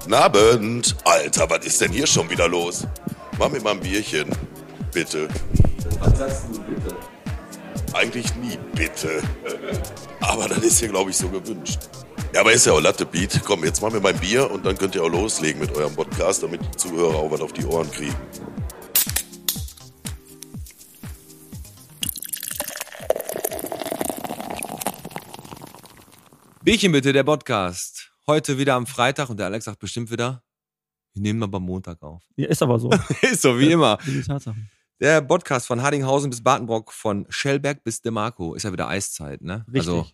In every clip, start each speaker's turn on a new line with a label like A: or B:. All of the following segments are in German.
A: Guten Abend. Alter, was ist denn hier schon wieder los? Mach mir mal ein Bierchen. Bitte.
B: Was sagst du bitte?
A: Eigentlich nie bitte. Aber das ist hier, glaube ich, so gewünscht. Ja, aber ist ja auch Latte Beat. Komm, jetzt machen wir mal ein Bier und dann könnt ihr auch loslegen mit eurem Podcast, damit die Zuhörer auch was auf die Ohren kriegen.
C: Bierchen bitte, der Podcast. Heute wieder am Freitag und der Alex sagt bestimmt wieder, wir nehmen aber Montag auf.
D: Ja, ist aber so.
C: Ist so wie immer.
D: Die Tatsachen.
C: Der Podcast von Hardinghausen bis Badenbrock, von Schellberg bis Demarco. Ist ja wieder Eiszeit, ne?
D: Richtig.
C: Also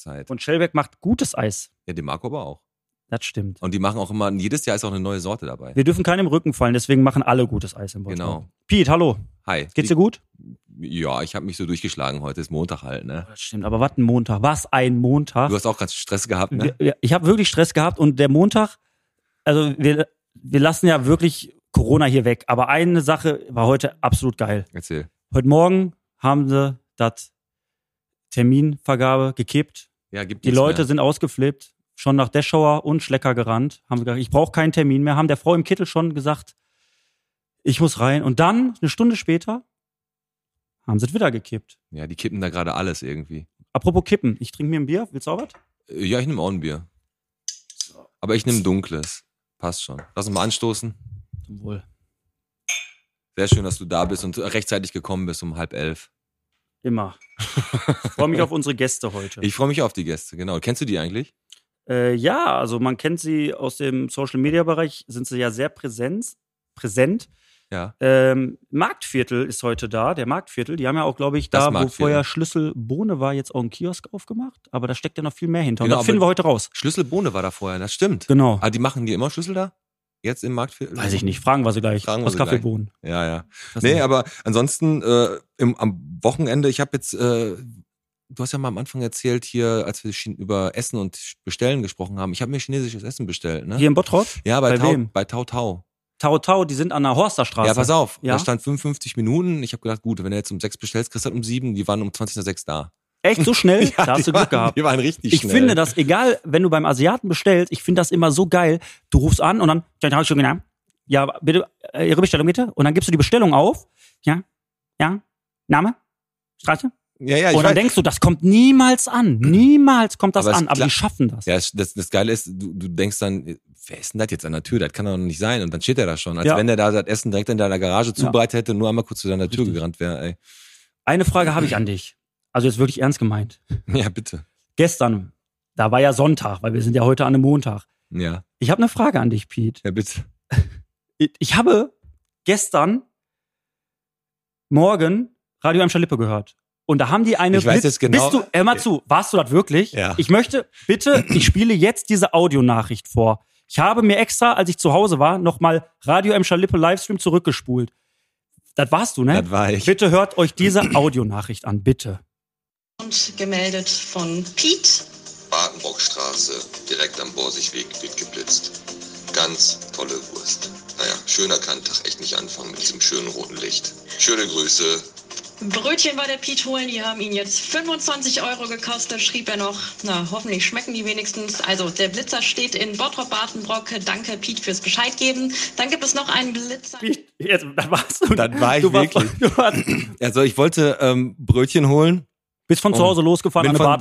C: Eiszeit.
D: Und Schellberg macht gutes Eis.
C: Ja, Demarco aber auch.
D: Das stimmt.
C: Und die machen auch immer, jedes Jahr ist auch eine neue Sorte dabei.
D: Wir dürfen keinem Rücken fallen, deswegen machen alle gutes Eis im Bottrop.
C: Genau.
D: Piet, hallo.
C: Hi.
D: Geht's dir gut?
C: Ja, ich habe mich so durchgeschlagen. Heute ist Montag halt, ne?
D: Oh, Das stimmt, aber was ein Montag. Was ein Montag.
C: Du hast auch ganz Stress gehabt, ne?
D: Wir- wir- Ich habe wirklich Stress gehabt und der Montag, also wir, wir lassen ja wirklich Corona hier weg, aber eine Sache war heute absolut geil.
C: Erzähl.
D: Heute Morgen haben sie das Terminvergabe gekippt.
C: Ja, gibt
D: Die Leute sind ausgeflippt, schon nach Deschauer und Schlecker gerannt, haben gesagt, ich brauche keinen Termin mehr, haben der Frau im Kittel schon gesagt, ich muss rein. Und dann, eine Stunde später, haben sie es wieder gekippt.
C: Mehr. Ja, die kippen da gerade alles irgendwie.
D: Apropos Kippen, ich trinke mir ein Bier, willst du auch was?
C: Äh, Ja, ich nehme auch ein Bier. Aber ich nehme dunkles. Passt schon. Lass uns mal anstoßen.
D: Zum Wohl.
C: Sehr schön, dass du da bist und rechtzeitig gekommen bist um halb elf.
D: Immer. Ich freue mich auf unsere Gäste heute.
C: Ich freue mich auf die Gäste, genau. Kennst du die eigentlich?
D: Äh, ja, also man kennt sie aus dem Social-Media-Bereich, sind sie ja sehr präsent. präsent.
C: Ja.
D: Ähm, Marktviertel ist heute da, der Marktviertel. Die haben ja auch, glaube ich,
C: Das
D: da, wo
C: Marktviertel.
D: vorher Schlüsselbohne war, jetzt auch einen Kiosk aufgemacht. Aber da steckt ja noch viel mehr hinter. Und
C: Genau,
D: das finden wir
C: aber-
D: heute raus.
C: Schlüsselbohne war da vorher, das stimmt.
D: Genau.
C: Ah, die machen die immer Schlüssel da? Jetzt im Marktviertel?
D: Weiß ich nicht, fragen wir sie gleich.
C: Fragen wir
D: aus
C: sie
D: Kaffeebohnen.
C: Ja, ja.
D: Das
C: Nee,
D: ist-
C: aber ansonsten äh, im, am Wochenende, ich habe jetzt, äh, du hast ja mal am Anfang erzählt hier, als wir Chin- über Essen und Bestellen gesprochen haben, ich habe mir chinesisches Essen bestellt, ne?
D: Hier in Bottrop,
C: ja, bei,
D: bei
C: Tao,
D: wem?
C: bei Tau Tau.
D: Tau Tau, die sind an der Horsterstraße.
C: Ja, pass auf,
D: Ja?
C: da stand 55 Minuten. Ich habe gedacht, gut, wenn du jetzt um sechs bestellst, kriegst du halt um sieben, die waren um 20 nach sechs da.
D: Echt so schnell?
C: Ja,
D: da hast
C: die
D: du Glück
C: waren,
D: gehabt.
C: Die waren richtig
D: Ich
C: schnell.
D: finde das, egal, wenn du beim Asiaten bestellst, ich finde das immer so geil. Du rufst an und dann, ja, habe ich schon genommen. Ja, bitte, äh, Ihre Bestellung bitte. Und dann gibst du die Bestellung auf. Ja, ja, Name, Straße.
C: Ja, ja, ich
D: und dann
C: weiß.
D: denkst du, das kommt niemals an. Niemals kommt das
C: Aber es
D: an. Aber
C: kla-
D: die schaffen das.
C: Ja, das, das- das Geile ist, du, du denkst dann, wer ist denn das jetzt an der Tür? Das kann doch nicht sein. Und dann steht er da schon, als
D: Ja.
C: wenn er da das Essen direkt in deiner Garage
D: Ja.
C: zubereitet hätte und nur einmal kurz zu deiner Tür
D: Richtig.
C: gerannt wäre. Ey.
D: Eine Frage habe ich an dich. Also jetzt wirklich ernst gemeint.
C: Ja, bitte.
D: Gestern, da war ja Sonntag, weil wir sind ja heute an einem Montag.
C: Ja,
D: Ich habe eine Frage an dich, Pete.
C: ja, bitte.
D: Ich- Ich habe gestern Morgen Radio am Lippe gehört. Und da haben die eine.
C: Ich weiß jetzt genau-
D: Bist du, Emma zu, warst du das wirklich?
C: Ja.
D: Ich möchte, bitte, ich spiele jetzt diese Audionachricht vor. Ich habe mir extra, als ich zu Hause war, nochmal Radio am Lippe Livestream zurückgespult. Das warst du, ne?
C: Das war ich.
D: Bitte hört euch diese Audionachricht an, bitte.
E: und gemeldet von Pete.
F: Badenbrockstraße, direkt am Borsigweg, wird geblitzt. Ganz tolle Wurst. Naja, schöner kann Tag echt nicht anfangen mit diesem schönen roten Licht. Schöne Grüße.
E: Brötchen bei der Pete holen, die haben ihn jetzt 25 Euro gekostet, schrieb er noch. Na, hoffentlich schmecken die wenigstens. Also der Blitzer steht in Bottrop-Bartenbrock. Danke, Pete, fürs Bescheid geben. Dann gibt es noch einen Blitzer.
D: Pete, Jetzt, das warst du.
C: Das war ich
D: du warst,
C: wirklich.
D: Du warst,
C: Also ich wollte ähm, Brötchen holen.
D: bist von zu Hause losgefahren an der
C: ich bin, ich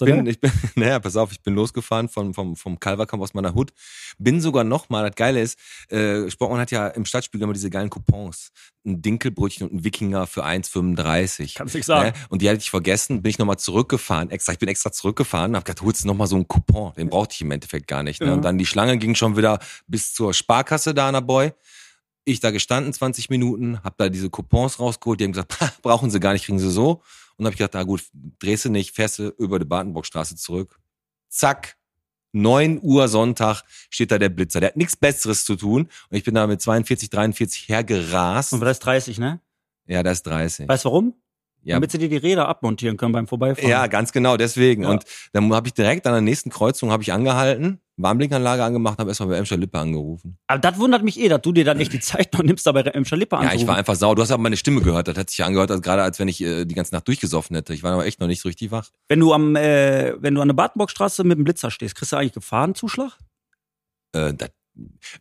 D: Badenbrockstraße.
C: bin,
D: ne?
C: ich bin, naja, pass auf, ich bin losgefahren von, vom, vom Kalverkamp aus meiner Hut. Bin sogar nochmal, das Geile ist, äh, Sportmann hat ja im Stadtspiel immer diese geilen Coupons. Ein Dinkelbrötchen und ein Wikinger für 1,35.
D: Kannst nicht sagen.
C: Ne? Und die hatte ich vergessen, bin ich nochmal zurückgefahren. Extra, ich bin extra zurückgefahren und hab gedacht, holst du nochmal so einen Coupon. Den brauchte ich im Endeffekt gar nicht. Ne?
D: Ja.
C: Und dann die Schlange ging schon wieder bis zur Sparkasse da an der Boy. Ich da gestanden, 20 Minuten, hab da diese Coupons rausgeholt, die haben gesagt, "Ha, brauchen sie gar nicht, kriegen sie so. Und hab ich gedacht, na gut, drehst du nicht, fährst du über die Badenburgstraße zurück. Zack. 9 Uhr Sonntag steht da der Blitzer. Der hat nichts Besseres zu tun. Und ich bin da mit 42, 43 hergerast.
D: Und das ist 30, ne?
C: Ja, da ist 30.
D: Weißt du warum?
C: Ja,
D: Damit sie dir die Räder abmontieren können beim Vorbeifahren.
C: Ja, ganz genau, deswegen.
D: Ja.
C: Und dann habe ich direkt an der nächsten Kreuzung habe ich angehalten, Warnblinkanlage angemacht, habe erstmal bei Emscher Lippe angerufen.
D: Aber das wundert mich eh, dass du dir dann nicht die Zeit noch nimmst, dabei im Schalippe
C: Ja,
D: anzurufen.
C: ich war einfach sauer. Du hast aber meine Stimme gehört. Das hat sich angehört, als gerade als wenn ich äh, die ganze Nacht durchgesoffen hätte. Ich war aber echt noch nicht so richtig wach.
D: wenn du am, äh, wenn du an der Badenburgstraße mit dem Blitzer stehst, kriegst du eigentlich Gefahrenzuschlag?
C: Äh, das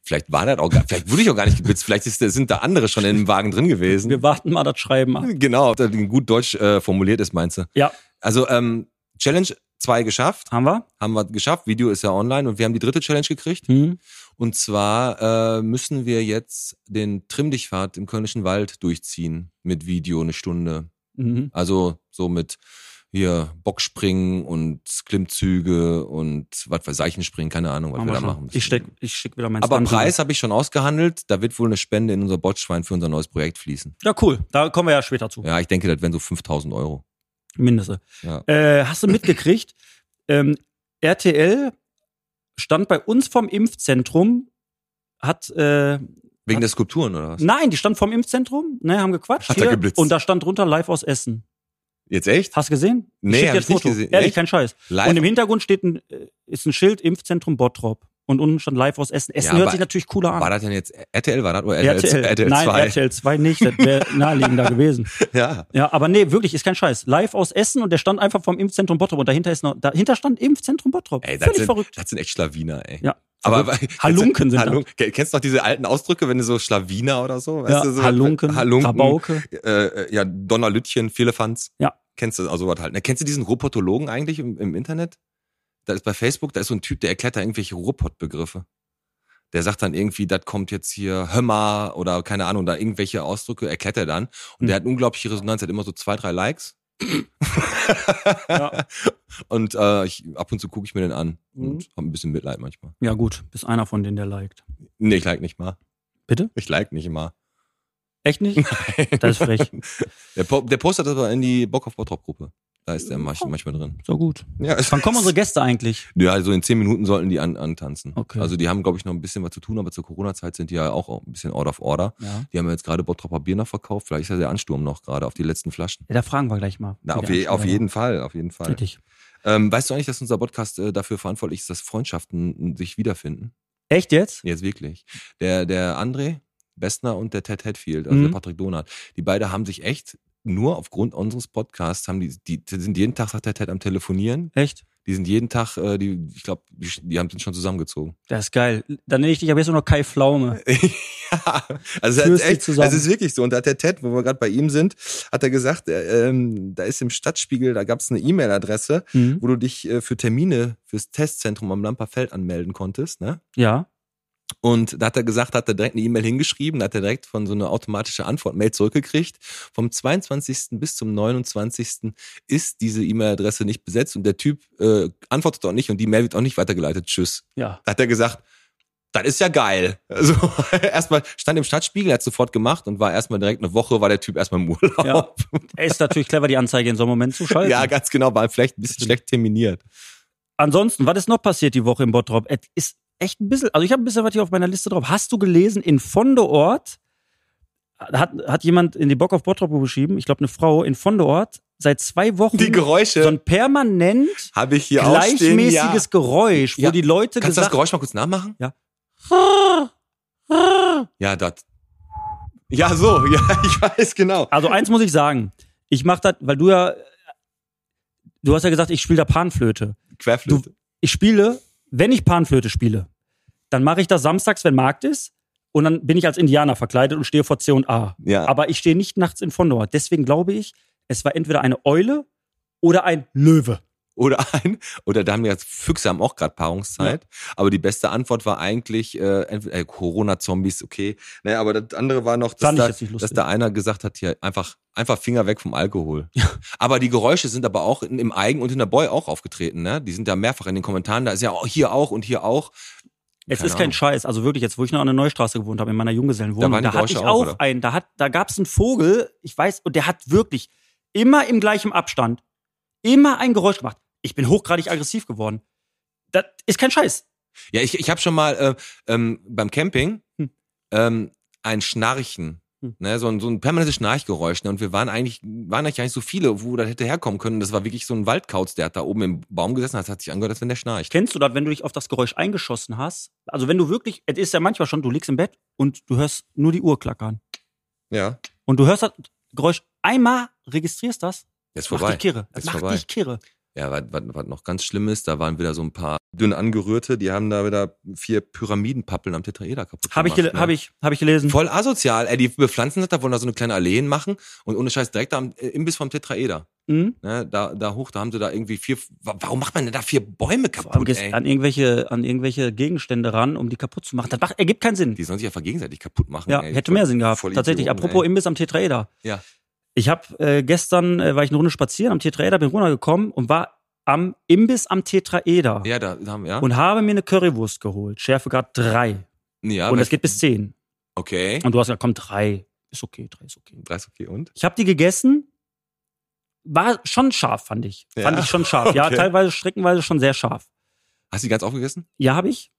C: vielleicht war das auch gar, vielleicht wurde ich auch gar nicht geblitzt, vielleicht ist, sind da andere schon in dem Wagen drin gewesen.
D: Wir warten mal das Schreiben ab.
C: Genau, ob das gut deutsch äh, formuliert ist, meinst du?
D: Ja.
C: Also ähm, Challenge 2 geschafft,
D: Haben wir?
C: haben wir geschafft, Video ist ja online und wir haben die dritte Challenge gekriegt.
D: Hm.
C: Und zwar äh, müssen wir jetzt den Trimm dich Pfad im Kölnischen Wald durchziehen mit Video eine Stunde.
D: Mhm.
C: Also so mit hier Bockspringen und Klimmzüge und was für Seichenspringen, keine Ahnung, was
D: Haben
C: wir
D: wir
C: da
D: schon.
C: machen müssen.
D: Ich, steck, ich schick wieder meinen
C: Aber
D: Stunt rüber.
C: Preis habe ich schon ausgehandelt. Da wird wohl eine Spende in unser Botschwein für unser neues Projekt fließen.
D: Ja, cool. Da kommen wir ja später zu.
C: Ja, ich denke, das wären so 5000 Euro.
D: Mindeste.
C: Ja.
D: Äh, hast du mitgekriegt? ähm, RTL stand bei uns vom Impfzentrum, hat, äh,
C: Wegen der Skulpturen oder was?
D: nein, die stand vom Impfzentrum, ne, haben gequatscht.
C: Hat er geblitzt.
D: und da stand drunter live aus Essen.
C: Jetzt echt?
D: Hast du gesehen?
C: Nee,
D: schick dir
C: hab
D: ein
C: ich nicht
D: Foto.
C: gesehen.
D: Ehrlich,
C: Echt?
D: kein Scheiß.
C: Live.
D: Und im Hintergrund steht ein, äh, ist ein Schild Impfzentrum Bottrop. Und unten stand live aus Essen. Essen
C: Ja,
D: hört
C: aber-
D: sich natürlich cooler
C: war
D: an.
C: das denn jetzt RTL? War das oder RTL, RTL,
D: Nein,
C: 2?
D: RTL 2 nicht. Das wäre naheliegender gewesen.
C: Ja.
D: Ja, aber nee, wirklich, ist kein Scheiß. Live aus Essen und der stand einfach vom Impfzentrum Bottrop und dahinter ist noch, dahinter stand Impfzentrum Bottrop.
C: Ey, das
D: Völlig
C: sind,
D: verrückt.
C: das sind echt Schlawiner, ey.
D: Ja.
C: Aber
D: verrückt. Halunken sind
C: Halun Ke- Kennst du noch diese alten Ausdrücke, wenn du so Schlawiner oder so?
D: da. Ja,
C: du, so
D: Halunken,
C: Halunken.
D: Rabauke.
C: Äh, äh, ja, Donnerlütchen, Felefanz.
D: Ja.
C: Kennst du also was halt. Ne? Kennst du diesen Robotologen eigentlich im, im Internet? Da ist bei Facebook, da ist so ein Typ, der erklärt da irgendwelche Robotbegriffe. Der sagt dann irgendwie, das kommt jetzt hier Hömmer oder keine Ahnung, da irgendwelche Ausdrücke erklärt er dann. Und
D: Hm.
C: der hat unglaubliche Resonanz, hat immer so zwei, drei Likes.
D: Ja.
C: Und äh, ich, ab und zu gucke ich mir den an
D: Mhm.
C: und hab habe ein bisschen Mitleid manchmal.
D: ja gut, bist einer von denen, der liked.
C: Nee, ich like nicht mal.
D: Bitte?
C: Ich like nicht mal.
D: Echt nicht? Das ist frech.
C: Der, po der postet das aber in die Bock auf Bottrop-Gruppe. Da ist der manch- manchmal drin.
D: So gut.
C: Ja, es
D: Wann kommen unsere Gäste eigentlich?
C: Ja, also in zehn Minuten sollten die an, antanzen.
D: Okay.
C: Also die haben, glaube ich, noch ein bisschen was zu tun, aber zur Corona-Zeit sind die ja auch ein bisschen out of order.
D: Ja.
C: Die haben ja jetzt gerade Bottroper Bier noch verkauft. Vielleicht ist ja der Ansturm noch gerade auf die letzten Flaschen.
D: ja da fragen wir gleich mal.
C: Na,
D: wie
C: auf,
D: die
C: je, auf
D: Anschläge
C: jeden Fall, auf jeden
D: waren.
C: Fall.
D: Richtig.
C: Ähm, weißt du eigentlich, dass unser Podcast äh, dafür verantwortlich ist, dass Freundschaften sich wiederfinden?
D: Echt jetzt?
C: Jetzt wirklich. Der, der André Bestner und der Ted Hetfield, also
D: Mhm.
C: der Patrick Donat, die beide haben sich echt nur aufgrund unseres Podcasts, haben die, die sind jeden Tag, sagt der Ted, am Telefonieren.
D: Echt?
C: Die sind jeden Tag, äh, die, ich glaube, die, die haben sind schon zusammengezogen.
D: Das ist geil. Dann nenne ich dich aber jetzt nur noch Kai Pflaume.
C: ja, also es
D: Führst
C: ist,
D: sie
C: echt,
D: zusammen.
C: also es ist wirklich so. Und da hat der Ted, wo wir gerade bei ihm sind, hat er gesagt, äh, ähm, da ist im Stadtspiegel, da gab es eine E-Mail-Adresse,
D: Mhm.
C: wo du dich äh, für Termine fürs Testzentrum am Lamperfeld anmelden konntest. Ne?
D: Ja.
C: Und da hat er gesagt, hat er direkt eine E-Mail hingeschrieben, da hat er direkt von so einer automatische Antwort-Mail zurückgekriegt. Vom 22. bis zum 29. ist diese E-Mail-Adresse nicht besetzt und der Typ äh, antwortet auch nicht und die Mail wird auch nicht weitergeleitet. Tschüss.
D: Ja.
C: Da hat er gesagt, das ist ja geil. Also erstmal stand im Stadtspiegel, hat sofort gemacht und war erstmal direkt eine Woche, war der Typ erstmal im Urlaub.
D: Er ist natürlich clever, die Anzeige in so einem Moment zu
C: Ja,
D: schalten.
C: ganz genau, war vielleicht ein bisschen schlecht terminiert.
D: Ansonsten, was ist noch passiert die Woche in Bottrop? Es ist echt ein bisschen, also ich habe ein bisschen was hier auf meiner Liste drauf. Hast du gelesen, in Vondeort hat, hat jemand in die Bock auf Bottrop geschrieben, ich glaube eine Frau in Vondeort, seit zwei Wochen
C: Die
D: so
C: Geräusche
D: ein permanent
C: habe ich hier auch stehen.
D: gleichmäßiges
C: Ja.
D: Geräusch, wo
C: Ja.
D: die Leute
C: Kannst du das
D: gesagt
C: Geräusch mal kurz nachmachen? Ja, das. Ja, so, ja, ich weiß genau.
D: Also eins muss ich sagen, ich mache das, weil du ja, du hast ja gesagt, ich spiele da Panflöte.
C: Querflöte.
D: ich spiele, wenn ich Panflöte spiele, dann mache ich das samstags, wenn Markt ist. Und dann bin ich als Indianer verkleidet und stehe vor C und A.
C: Ja.
D: Aber ich stehe nicht nachts in Fondor. Deswegen glaube ich, es war entweder eine Eule oder ein Löwe.
C: Oder ein, oder da haben wir jetzt Füchse haben auch gerade Paarungszeit. Aber die beste Antwort war eigentlich, äh, entweder, äh Corona-Zombies, okay. Naja, aber das andere war noch, dass
D: Fand ich
C: da,
D: jetzt nicht lustig.
C: dass da einer gesagt hat, hier einfach, einfach Finger weg vom Alkohol. Aber die Geräusche sind aber auch in, im Eigen und in der Boy auch aufgetreten, ne? Die sind da mehrfach in den Kommentaren, da ist ja auch hier auch und hier auch.
D: Es
C: Keine
D: ist kein
C: Ahnung.
D: Scheiß. Also wirklich, jetzt, wo ich noch an der Neustraße gewohnt habe, in meiner Junggesellenwohnung,
C: Da
D: da,
C: waren die
D: hatte ich
C: Geräusche auch,
D: auch,
C: oder?
D: einen. Da, hat, da gab es einen Vogel, ich weiß, und der hat wirklich immer im gleichen Abstand immer ein Geräusch gemacht. Ich bin hochgradig aggressiv geworden. Das ist kein Scheiß.
C: Ja, ich, ich habe schon mal äh, ähm, beim Camping
D: Hm.
C: ähm, ein Schnarchen.
D: Hm.
C: Ne, so, ein, so ein permanentes Schnarchgeräusch. Ne? Und wir waren eigentlich, waren eigentlich gar nicht so viele, wo das hätte herkommen können. Das war wirklich so ein Waldkauz, der hat da oben im Baum gesessen hat. Das hat sich angehört, als wenn der schnarcht.
D: Kennst du das, wenn du dich auf das Geräusch eingeschossen hast? Also wenn du wirklich, es ist ja manchmal schon, du liegst im Bett und du hörst nur die Uhr klackern.
C: Ja.
D: Und du hörst das Geräusch einmal, registrierst das,
C: Ist
D: macht
C: vorbei.
D: dich kirre.
C: Ist
D: Das macht
C: vorbei.
D: dich kirre.
C: Ja, was, was, was noch ganz schlimm ist, da waren wieder so ein paar dünn angerührte, die haben da wieder vier Pyramidenpappeln am Tetraeder kaputt
D: Habe ich,
C: gemacht. ne.
D: gele- hab ich, hab ich gelesen.
C: Voll asozial, ey, die bepflanzen das, da wollen da so eine kleine Alleen machen und ohne Scheiß direkt am äh, Imbiss vom Tetraeder.
D: Mhm.
C: Ne, da, da hoch, da haben sie da irgendwie vier. wa- Warum macht man denn da vier Bäume
D: Vor allem
C: kaputt?
D: gehst
C: Ey?
D: an irgendwelche, an irgendwelche Gegenstände ran, um die kaputt zu machen. Das macht, ergibt keinen Sinn.
C: Die sollen sich einfach gegenseitig kaputt machen.
D: Ja,
C: ey.
D: hätte
C: Voll-
D: mehr Sinn gehabt.
C: voll
D: Tatsächlich.
C: Idioten,
D: Apropos
C: ey.
D: Imbiss am Tetraeder.
C: Ja.
D: Ich habe äh, gestern, äh, war ich eine Runde spazieren am Tetraeder, bin runtergekommen und war am Imbiss am Tetraeder
C: Ja, da, da haben wir. Ja.
D: und habe mir eine Currywurst geholt. Schärfegrad 3.
C: ja,
D: und
C: weil-
D: das geht bis 10.
C: Okay.
D: Und du hast gesagt, komm, 3. Ist okay, 3 ist okay.
C: Drei ist okay und?
D: Ich habe die gegessen. War schon scharf, fand ich.
C: Ja?
D: Fand ich schon scharf. Ja,
C: Okay.
D: teilweise, streckenweise schon sehr scharf.
C: Hast du die ganz aufgegessen?
D: Ja, habe ich.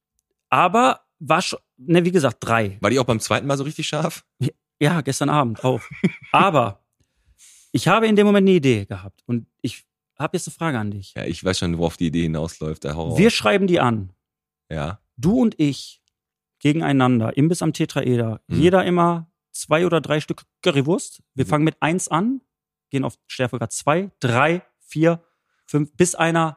D: Aber war schon, ne, wie gesagt, drei.
C: War die auch beim zweiten Mal so richtig scharf?
D: Ja, gestern Abend auch. Aber ich habe in dem Moment eine Idee gehabt. Und ich habe jetzt eine Frage an dich.
C: Ja, ich weiß schon, worauf die Idee hinausläuft. Der Horror.
D: Wir schreiben die an.
C: ja.
D: Du und ich gegeneinander, Imbiss am Tetraeder.
C: Mhm.
D: Jeder immer zwei oder drei Stück Currywurst. Wir
C: Mhm.
D: fangen mit eins an, gehen auf Schärfegrad zwei, drei, vier, fünf, bis einer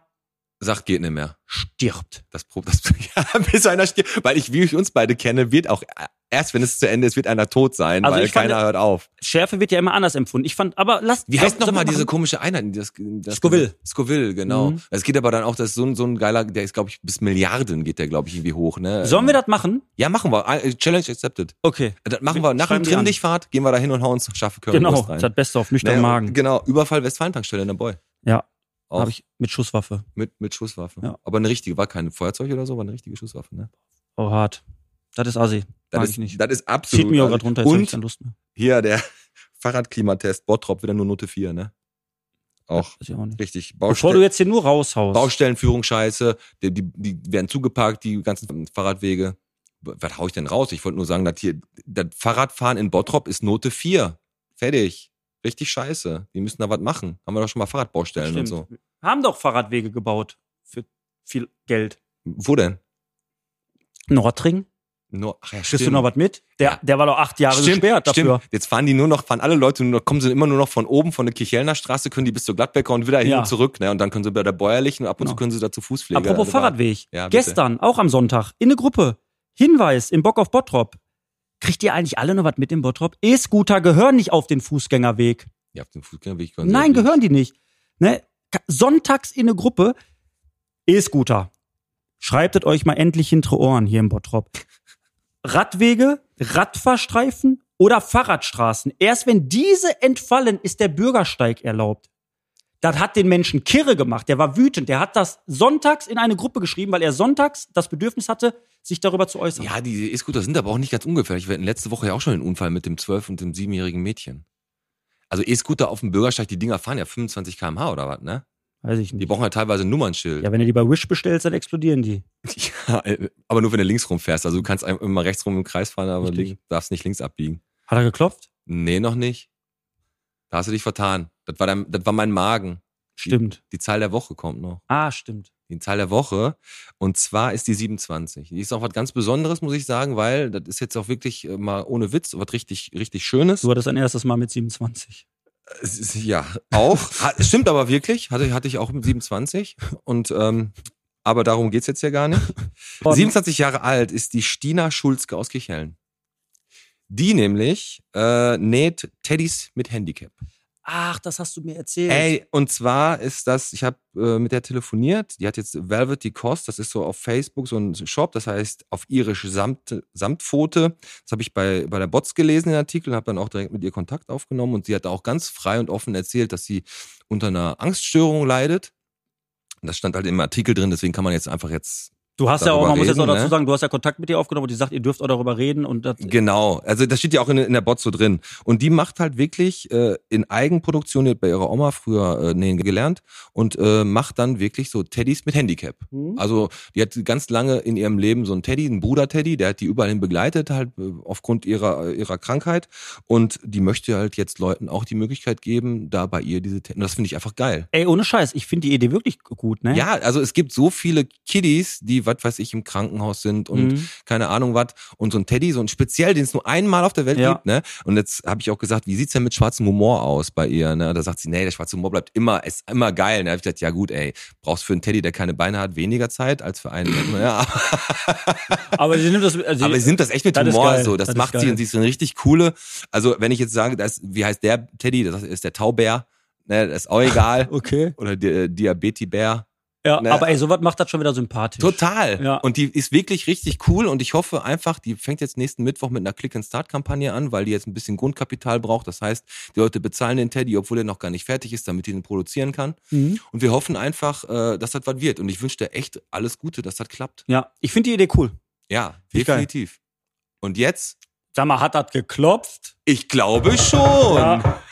C: Sagt, geht nicht mehr.
D: stirbt.
C: Das Prob, das, ja, bis einer stirbt. Weil ich, wie ich uns beide kenne, wird auch äh, erst, wenn es zu Ende ist, wird einer tot sein,
D: Also
C: weil
D: ich fand-
C: keiner hört auf.
D: Schärfe wird ja immer anders empfunden. Ich fand, aber lass.
C: Wie heißt nochmal
D: soll- soll man
C: diese
D: machen?
C: komische Einheit? die Das, das
D: Scoville.
C: Scoville, genau.
D: Mhm.
C: Es geht aber dann auch, das ist so ein, so ein geiler, der ist, glaube ich, bis Milliarden geht der, glaube ich, irgendwie hoch. Ne?
D: Sollen wir das machen?
C: Ja, machen wir. Äh, Challenge accepted.
D: Okay.
C: Das machen wir. Nach dem
D: Schreiben die an.
C: Trimm-Dich-Fahrt gehen wir da hin und hauen uns scharfe
D: Genau,
C: Currywurst rein.
D: das hat Beste auf nüchtern
C: Nee,
D: Magen.
C: Genau, Überfall Westfalen-Tankstelle, ne Boy.
D: Ja.
C: Auch
D: Habe ich mit Schusswaffe.
C: mit, mit Schusswaffe.
D: Ja.
C: Aber eine richtige, war kein Feuerzeug oder so, war eine richtige Schusswaffe, ne?
D: Oh, hart. Das ist assi. Mag
C: Das
D: ich
C: ist,
D: nicht.
C: das ist absolut.
D: Zieht mir auch
C: also-
D: gerade runter, jetzt hab ich
C: Und
D: keine Lust mehr.
C: hier der Fahrradklimatest, Bottrop, wieder nur Note 4, ne? Auch
D: Weiß ich auch nicht.
C: richtig.
D: Bevor
C: Baustelle.
D: du jetzt hier nur raushaust.
C: Baustellenführung scheiße, die, die, die werden zugeparkt, die ganzen Fahrradwege. Was hau ich denn raus? Ich wollte nur sagen, dass hier, das Fahrradfahren in Bottrop ist Note 4. Fertig. Richtig scheiße. Die müssen da was machen. Haben wir doch schon mal Fahrradbaustellen
D: Stimmt.
C: und so.
D: Haben doch Fahrradwege gebaut. Für viel Geld.
C: Wo denn?
D: Nordring?
C: Nur, ach ja,
D: Kriegst du
C: stimmt.
D: noch was mit? Der,
C: Ja.
D: der war doch acht Jahre gesperrt dafür.
C: Jetzt fahren die nur noch, fahren alle Leute nur noch, kommen sie immer nur noch von oben, von der Kirchhellner Straße, können die bis zur Gladbecker und wieder hin
D: Ja.
C: und zurück, ne? Und dann können sie bei der Bäuerlichen, ab und zu
D: Genau.
C: können sie da zu Fuß fliegen.
D: Apropos Fahrradweg.
C: Ja, bitte.
D: Gestern, auch am Sonntag, in eine Gruppe. Hinweis im Bock auf Bottrop. Kriegt ihr eigentlich alle noch was mit im Bottrop? E-Scooter gehören nicht auf den Fußgängerweg.
C: Ja, auf dem Fußgängerweg können sie-
D: Nein, gehören die nicht. Ne? Ka- Sonntags in eine Gruppe, E-Scooter. Schreibtet euch mal endlich hintere Ohren hier im Bottrop. Radwege, Radfahrstreifen oder Fahrradstraßen. Erst wenn diese entfallen, ist der Bürgersteig erlaubt. Das hat den Menschen kirre gemacht. Der war wütend. Der hat das sonntags in eine Gruppe geschrieben, weil er sonntags das Bedürfnis hatte, sich darüber zu äußern.
C: Ja, diese E-Scooter sind aber auch nicht ganz ungefährlich. Wir hatten letzte Woche ja auch schon den Unfall mit dem 12- und dem 7-jährigen Mädchen. Also E-Scooter auf dem Bürgersteig, die Dinger fahren ja 25 km/h oder was, ne?
D: Weiß ich
C: Die
D: nicht.
C: brauchen ja teilweise ein Nummernschild.
D: Ja, wenn du die bei Wish bestellst, dann explodieren die.
C: Ja, äh, aber nur wenn du links rumfährst. Also du kannst ein- immer rechts rum im Kreis fahren, aber
D: Richtig.
C: link, darfst nicht links abbiegen.
D: Hat er geklopft?
C: Nee, noch nicht. Da hast du dich vertan. Das war, dein, das war mein Magen.
D: Stimmt.
C: Die Zahl der Woche kommt noch.
D: Ah, stimmt.
C: Die Zahl der Woche. Und zwar ist die 27. Die ist auch was ganz Besonderes, muss ich sagen, weil das ist jetzt auch wirklich äh, mal ohne Witz, was richtig, richtig Schönes.
D: Du hattest dein erstes Mal mit 27.
C: Es ist- Ja, auch. Hat- Stimmt aber wirklich. Hatte, hatte ich auch mit 27. Und ähm, aber darum geht's jetzt ja gar nicht. 27 Jahre alt ist die Stina Schulzke aus Kirchhellen. Die nämlich äh, näht Teddys mit Handicap.
D: Ach, das hast du mir erzählt.
C: Ey, und zwar ist das, ich habe äh, mit der telefoniert, die hat jetzt Velvety Cost, das ist so auf Facebook so ein Shop, das heißt auf irische Samt, Samtpfote. Das habe ich bei, bei der Bots gelesen, den Artikel, und habe dann auch direkt mit ihr Kontakt aufgenommen und sie hat auch ganz frei und offen erzählt, dass sie unter einer Angststörung leidet. Und Das stand halt im Artikel drin, deswegen kann man jetzt einfach jetzt
D: du hast ja auch,
C: darüber
D: man muss jetzt
C: reden,
D: auch dazu
C: ne?
D: sagen, du hast ja Kontakt mit ihr aufgenommen und die sagt, ihr dürft auch darüber reden und das,
C: Genau, also das steht ja auch in, in der Bot so drin. Und die macht halt wirklich äh, in Eigenproduktion, die hat bei ihrer Oma früher äh, nähen gelernt und äh, macht dann wirklich so Teddys mit Handicap. Also die hat ganz lange in ihrem Leben so einen Teddy, einen Bruder-Teddy, der hat die überall hin begleitet, halt äh, aufgrund ihrer, ihrer Krankheit. Und die möchte halt jetzt Leuten auch die Möglichkeit geben, da bei ihr diese Teddy. Und das finde ich einfach geil.
D: ey, ohne Scheiß, ich finde die Idee wirklich gut, ne?
C: Ja, also es gibt so viele Kiddies, die die, was weiß ich, im Krankenhaus sind und
D: Mhm.
C: keine Ahnung was. Und so ein Teddy, so ein speziell, den es nur einmal auf der Welt
D: Ja.
C: gibt, ne? Und jetzt habe ich auch gesagt, wie sieht's denn mit schwarzem Humor aus bei ihr, ne? Da sagt sie, nee, der schwarze Humor bleibt immer, ist immer geil. Ne? hab ich gesagt, ja gut, ey, brauchst für einen Teddy, der keine Beine hat, weniger Zeit als für einen. ne? Ja, aber-
D: Aber sie nimmt das. Also
C: aber sie nimmt das echt mit
D: das ist
C: Humor
D: geil,
C: so. Das,
D: das ist
C: macht sie
D: geil.
C: und sie ist eine richtig coole. Also, wenn ich jetzt sage, das, wie heißt der Teddy? Das ist der Taubär. Ne, das ist auch egal.
D: Okay.
C: Oder der Diabetibär.
D: Ja,
C: Ne.
D: aber ey, sowas macht das schon wieder sympathisch.
C: Total.
D: Ja.
C: Und die ist wirklich richtig cool und ich hoffe einfach, die fängt jetzt nächsten Mittwoch mit einer Click-and-Start-Kampagne an, weil die jetzt ein bisschen Grundkapital braucht. Das heißt, die Leute bezahlen den Teddy, obwohl er noch gar nicht fertig ist, damit die ihn produzieren kann.
D: Mhm.
C: Und wir hoffen einfach, äh, dass das was wird. Und ich wünsche dir echt alles Gute, dass das klappt.
D: Ja, ich finde die Idee cool.
C: Ja,
D: Wie geil.
C: definitiv. Und jetzt?
D: Sag mal, hat das geklopft?
C: Ich glaube schon.
D: Ja.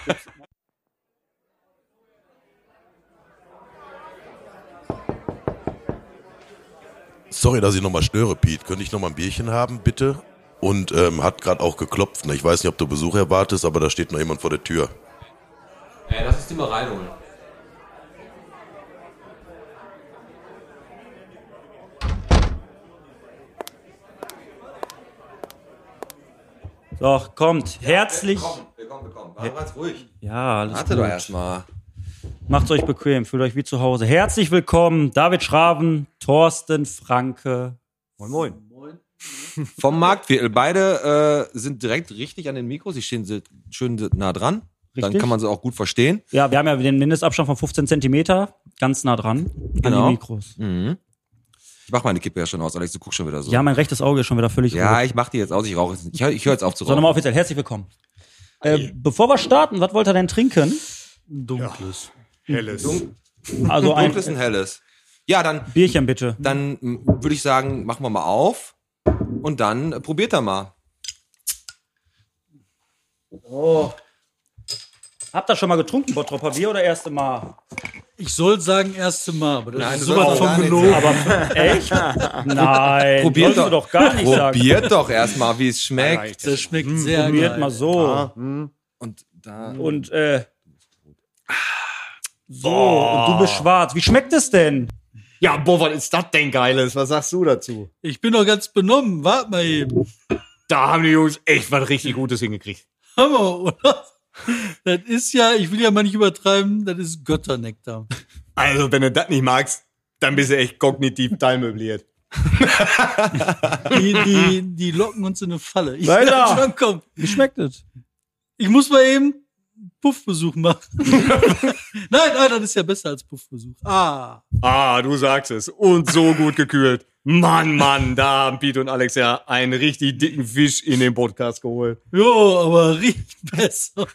A: Sorry, dass ich nochmal störe, Pete. Könnte ich nochmal ein Bierchen haben, bitte? Und ähm, hat gerade auch geklopft. Ne? Ich weiß nicht, ob du Besuch erwartest, aber da steht noch jemand vor der Tür.
C: Ey, lass uns die mal reinholen.
D: Doch, kommt. Herzlich.
B: Willkommen, willkommen.
C: Ja, ganz ruhig.
D: Ja, alles
C: Warte
D: gut.
C: doch erstmal.
D: Macht's euch bequem, fühlt euch wie zu Hause. Herzlich willkommen, David Schraven, Thorsten Franke. Moin, moin.
C: Vom Marktviertel. Beide äh, sind direkt richtig an den Mikros. Sie stehen si- schön si- nah dran. Dann
D: Richtig.
C: kann man sie auch gut verstehen.
D: Ja, wir haben ja den Mindestabstand von 15 Zentimeter, ganz nah dran an
C: Genau.
D: die Mikros.
C: Ich mach meine Kippe ja schon aus, Alex, du guckst schon wieder so.
D: Ja, mein rechtes Auge ist schon wieder völlig
C: ja
D: rot.
C: ich mach die jetzt aus. Ich rauche jetzt. nicht. Ich, hör- ich höre jetzt auf zu
D: So,
C: rauchen.
D: nochmal offiziell, herzlich willkommen. Äh, bevor wir starten, was wollt ihr denn trinken?
G: Dunkles. Helles.
D: Also
C: ein
D: ein
C: dunkles und helles. Ja, dann,
D: Bierchen bitte.
C: dann würde ich sagen, machen wir mal auf. Und dann äh, probiert er mal.
D: Habt ihr schon mal getrunken, Bottropper Bier oder erste Mal?
G: Ich soll sagen, erste Mal, aber das
C: Nein,
G: ist
C: du
G: sowas
C: sollst Oh, gar
G: von
C: nicht
G: gelogen.
D: Aber echt? Nein,
C: Probiert
D: sollst du doch gar nicht sagen.
C: Probiert doch erstmal, wie es schmeckt.
G: Das schmeckt
C: Hm,
G: sehr
D: Probiert
G: geil.
D: mal so.
C: Ah. Und da.
D: Und äh, so, und du bist schwarz. Wie schmeckt es denn?
H: Ja, boah, was ist das denn Geiles? Was sagst du dazu?
G: Ich bin doch ganz benommen. Wart mal eben.
H: Da haben die Jungs echt was richtig Gutes hingekriegt.
G: Hammer, oder? Das ist ja, ich will ja mal nicht übertreiben, das ist Götternektar.
H: Also, wenn du das nicht magst, dann bist du echt kognitiv teilmöbliert.
G: Die, die, die locken uns in eine Falle. Ich
D: Leider.
G: sag schon, komm.
D: Wie schmeckt es?
G: Ich muss mal eben Puffbesuch machen. nein, nein, das ist ja besser als Puffbesuch. Ah,
H: Ah, du sagst es. Und so gut gekühlt. Mann, Mann, da haben Pete und Alex ja einen richtig dicken Fisch in den Podcast geholt.
G: jo, aber riecht besser.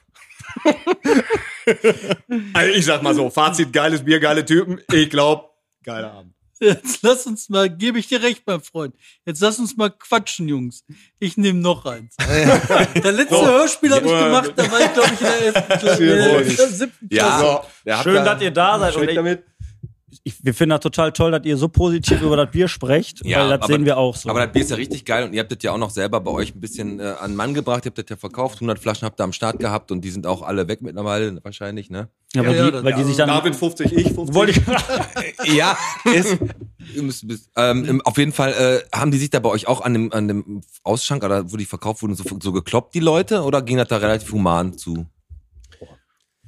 H: Also, ich sag mal so, Fazit, geiles Bier, geile Typen. Ich glaub, geiler Abend.
G: Jetzt lass uns mal, gebe ich dir recht, mein Freund. Jetzt lass uns mal quatschen, Jungs. Ich nehme noch eins. Der letzte Hörspiel habe ich
H: Ja.
G: gemacht, da war ich, glaube ich, in der ersten Klasse. in der
H: Jawohl.
G: ersten, siebten
C: Ja,
G: Klasse.
C: der hat
D: Schön,
C: da-
D: dass ihr da seid. Und
H: Schmeckt
D: ich,
H: damit?
D: ich, wir finden das total toll, dass ihr so positiv über das Bier sprecht,
C: Ja,
D: weil das
C: aber-
D: sehen wir auch so.
C: Aber das Bier ist ja richtig geil und ihr habt das ja auch noch selber bei euch ein bisschen äh, an den Mann gebracht. Ihr habt das ja verkauft, 100 Flaschen habt ihr am Start gehabt und die sind auch alle weg mittlerweile wahrscheinlich, ne?
D: ja, weil,
G: Ja, ja,
D: die,
G: das-
D: weil die sich
I: also
D: dann...
H: David 50, ich 50.
D: wollte ich,
C: Ja, ist, ihr müsst, bis- ähm, im- auf jeden Fall äh, haben die sich da bei euch auch an dem, an dem Ausschank oder wo die verkauft wurden so, so gekloppt, die Leute? Oder ging das da relativ human zu?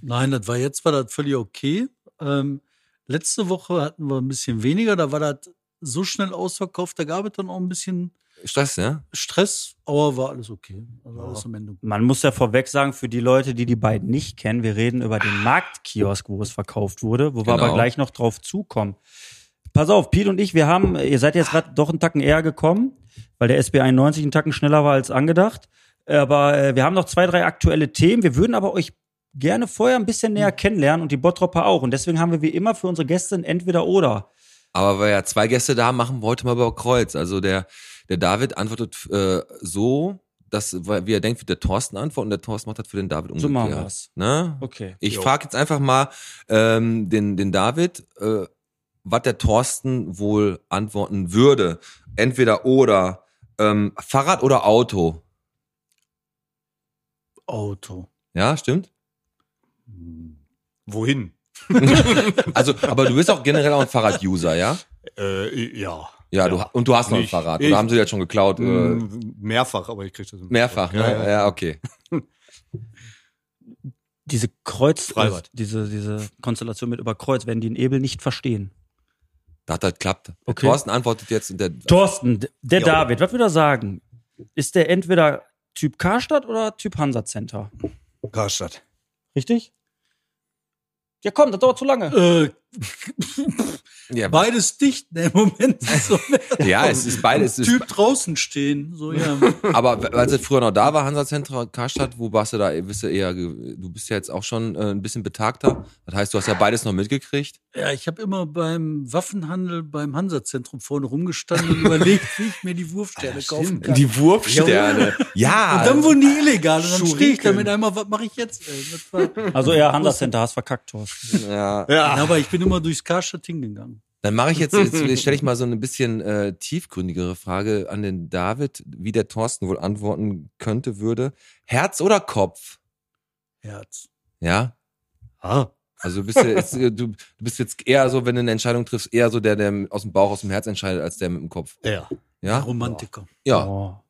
G: Nein, das war jetzt war das völlig okay. Ähm, letzte Woche hatten wir ein bisschen weniger, da war das so schnell ausverkauft, da gab es dann auch ein bisschen
C: Stress, ne?
G: Stress, aber war alles okay. Also alles am Ende. gut.
D: man muss ja vorweg sagen, für die Leute, die die beiden nicht kennen, wir reden über den Marktkiosk, wo es verkauft wurde, wo wir
C: Genau.
D: aber gleich noch drauf zukommen. Pass auf, Pete und ich, wir haben, ihr seid jetzt gerade doch einen Tacken eher gekommen, weil der SB 91 einen Tacken schneller war als angedacht. Aber äh, wir haben noch zwei, drei aktuelle Themen. Wir würden aber euch gerne vorher ein bisschen näher kennenlernen und die Bottropper auch. Und deswegen haben wir wie immer für unsere Gäste ein Entweder-Oder.
C: Aber weil ja zwei Gäste da haben, machen wir heute mal über Kreuz. Also der, der David antwortet äh, so, dass, weil- wie er denkt, wie der Thorsten antwortet und der Thorsten macht das für den David umgekehrt.
D: So machen wir's.
C: Ne?
D: Okay.
C: Ich frage jetzt einfach mal ähm, den, den David, äh, was der Thorsten wohl antworten würde. Entweder oder. Ähm, Fahrrad oder Auto.
G: Auto.
C: Ja, stimmt.
H: Wohin?
C: Also, aber du bist auch generell auch ein Fahrrad-User, ja?
H: Äh, ja.
C: Ja, Du, und du hast noch einen
H: Nicht.
C: Fahrrad.
H: Ich-
C: Oder haben sie das schon geklaut? Äh,
H: Mm, Mehrfach, aber ich krieg das
C: mehrfach, ne? Ja, okay.
D: Diese Kreuz, also
H: Freibad.
D: diese, diese Konstellation mit über Kreuz, werden die in Ebel nicht verstehen.
C: Da hat das klappt.
D: Okay.
C: Thorsten antwortet jetzt und der
D: Thorsten, d- der
H: Ja.
D: David, was würde er sagen? Ist der entweder Typ Karstadt oder Typ Hansa Center?
H: Karstadt.
D: Richtig? Ja, komm, das dauert zu lange.
G: Äh,
C: ja,
G: beides dicht, ne, im Moment. So,
C: ja, es ist beides. Es ist,
G: typ draußen stehen, so, ja.
C: aber als es früher noch da war, Hansa Zentrum Karstadt, wo warst du da? Bist du eher, ge- du bist ja jetzt auch schon äh, ein bisschen betagter. Das heißt, du hast ja beides noch mitgekriegt.
G: Ja, ich habe immer beim Waffenhandel beim Hansa-Zentrum vorne rumgestanden und überlegt, wie ich mir die Wurfsterne
C: Ah,
G: kaufen kann.
C: Wurfsterne. Ja.
G: und dann wurden die illegal und dann stehe ich
H: Schuriken.
G: da mit einmal, was mache ich jetzt? ey? Das war,
D: Also eher Hansa Center, hast verkackt, Thorsten.
C: ja.
G: Ja,
H: Ja.
G: aber ich bin immer durchs Karstadt hingegangen.
C: Dann mache ich jetzt, jetzt stelle ich mal so eine bisschen äh, tiefgründigere Frage an den David, wie der Thorsten wohl antworten könnte, würde. Herz oder Kopf?
G: Herz.
C: Ja?
H: Ah.
C: Also bist du, jetzt, äh, du, du bist jetzt eher so, wenn du eine Entscheidung triffst, eher so der, der aus dem Bauch, aus dem Herz entscheidet, als der mit dem Kopf.
H: Ja.
C: Ja?
G: Romantiker.
C: Ja.
D: Oh.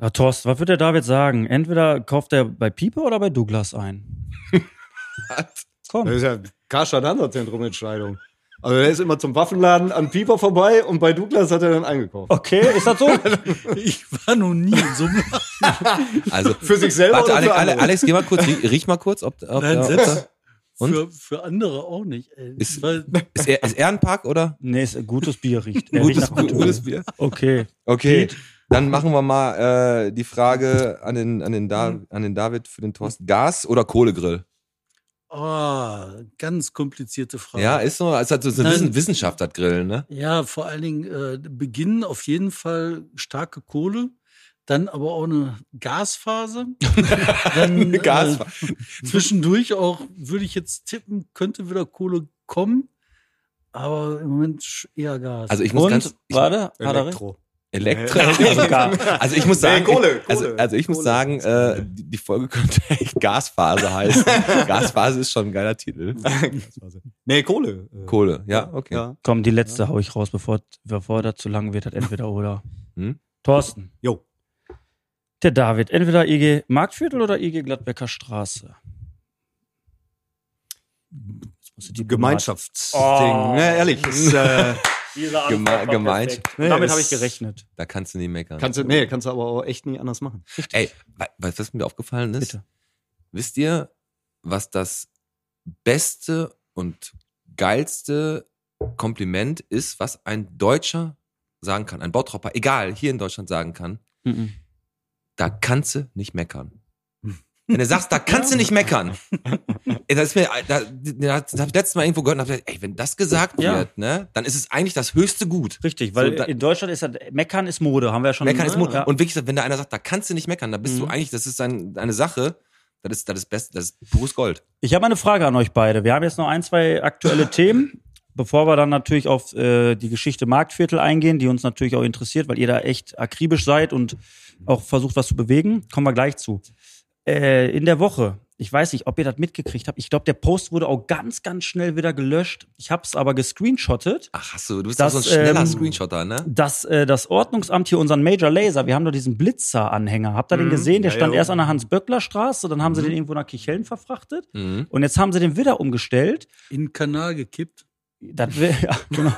D: Ja, Thorsten, was würde der David sagen? Entweder kauft er bei Pieper oder bei Douglas ein.
H: Das
D: Komm.
H: ist ja Karstadt Handelszentrum Entscheidung. Also der ist immer zum Waffenladen an Pieper vorbei und bei Douglas hat er dann eingekauft.
D: Okay, ist das so?
G: Ich war noch nie in so einem Laden.
C: Also,
H: Für sich selber
C: warte,
H: oder
C: Alex,
H: für andere?
C: Alex, Alex, geh mal kurz, riech, riech mal kurz, ob, ob,
G: Nein,
C: ob,
G: selbst
C: Und?
G: Für, für andere auch nicht. Ey.
C: Ist-
G: Weil-
C: ist, er, ist er ein Park oder?
D: Nee, ist ein gutes Bier riecht. Er riecht nach gutem Bier.
C: Bier.
D: Okay.
C: Okay. Dann machen wir mal äh, die Frage an den, an, den da an den David für den Thorsten. Gas oder Kohlegrill?
G: Ah, ganz komplizierte Frage.
C: Ja, ist so. Es hat so eine
G: Nein.
C: Wissen, Wissenschaft, das Grillen, ne?
G: Ja, vor allen Dingen äh, Beginn auf jeden Fall starke Kohle, dann aber auch eine Gasphase. dann, eine
C: Gasphase.
G: Äh, zwischendurch auch, würde ich jetzt tippen, könnte wieder Kohle kommen, aber im Moment sch- eher Gas.
C: Also ich muss
D: Und,
C: ganz ich,
D: warte, hat er recht?
H: Elektro.
C: Elektro.
D: Also Gas.
C: Also ich muss sagen,
H: Nee, Kohle,
C: ich, also,
H: Kohle.
C: also ich muss
H: Kohle.
C: sagen, äh, die, die Folge könnte echt Gasphase heißen. Gasphase ist schon ein geiler Titel.
H: nee, Kohle. Äh,
C: äh, Kohle, ja, okay.
H: Ja.
D: Komm, die letzte hau ich raus, bevor, bevor das zu lang wird, das entweder oder.
C: Hm?
D: Thorsten.
H: Jo.
D: Der David, entweder IG Marktviertel oder IG Gladbecker Straße. Jetzt musst du
H: Die
D: die
H: Gemeinschaftsding.
D: Oh.
H: Ne, ehrlich. Ist, äh,
D: Diese
C: Geme- war gemeint. perfekt.
H: Nee,
D: Damit
H: ist-
D: habe ich gerechnet.
C: Da kannst du nie meckern.
H: kannst du, nee, kannst du aber auch echt nie anders machen.
C: Ey, we- weißt du, was mir aufgefallen ist?
D: Bitte.
C: Wisst ihr, was das beste und geilste Kompliment ist, was ein Deutscher sagen kann, ein Bautropper, egal, hier in Deutschland sagen kann?
D: Mhm.
C: da kannst du nicht meckern. Wenn du sagst, da kannst du nicht meckern. Ey, Das ist mir, da, das habe ich letztes Mal irgendwo gehört und hab gedacht, ey, wenn das gesagt
D: Ja.
C: wird, ne, dann ist es eigentlich das höchste Gut.
D: Richtig, weil
C: So, da-
D: in Deutschland ist das, meckern ist Mode, haben wir ja schon.
C: Meckern ist Mut.
D: ne? Ja. Mhm.
C: Und wirklich, wenn da einer sagt, da kannst du nicht meckern, dann bist du eigentlich, das ist ein, eine Sache, das ist, das ist best, das ist pures Gold.
D: Ich habe eine Frage an euch beide. Wir haben jetzt noch ein, zwei aktuelle Themen, bevor wir dann natürlich auf äh, die Geschichte Marktviertel eingehen, die uns natürlich auch interessiert, weil ihr da echt akribisch seid und auch versucht, was zu bewegen. Kommen wir gleich zu. Äh, in der Woche, ich weiß nicht, ob ihr das mitgekriegt habt. Ich glaube, der Post wurde auch ganz, ganz schnell wieder gelöscht. Ich habe es aber gescreenshottet.
C: Ach, hast du, du bist
D: Das,
C: doch so ein schneller
D: ähm,
C: Screenshotter, ne?
D: dass äh, das Ordnungsamt hier unseren Major Laser, wir haben doch diesen Blitzer-Anhänger, habt ihr den
H: Mhm.
D: gesehen? Der
H: Ja, Mhm.
D: stand
H: ja.
D: erst an der Hans-Böckler-Straße, dann haben sie den irgendwo nach Kicheln verfrachtet
C: Mhm.
D: und jetzt haben sie den wieder umgestellt.
G: in den Kanal gekippt.
D: Das wär, ja, genau.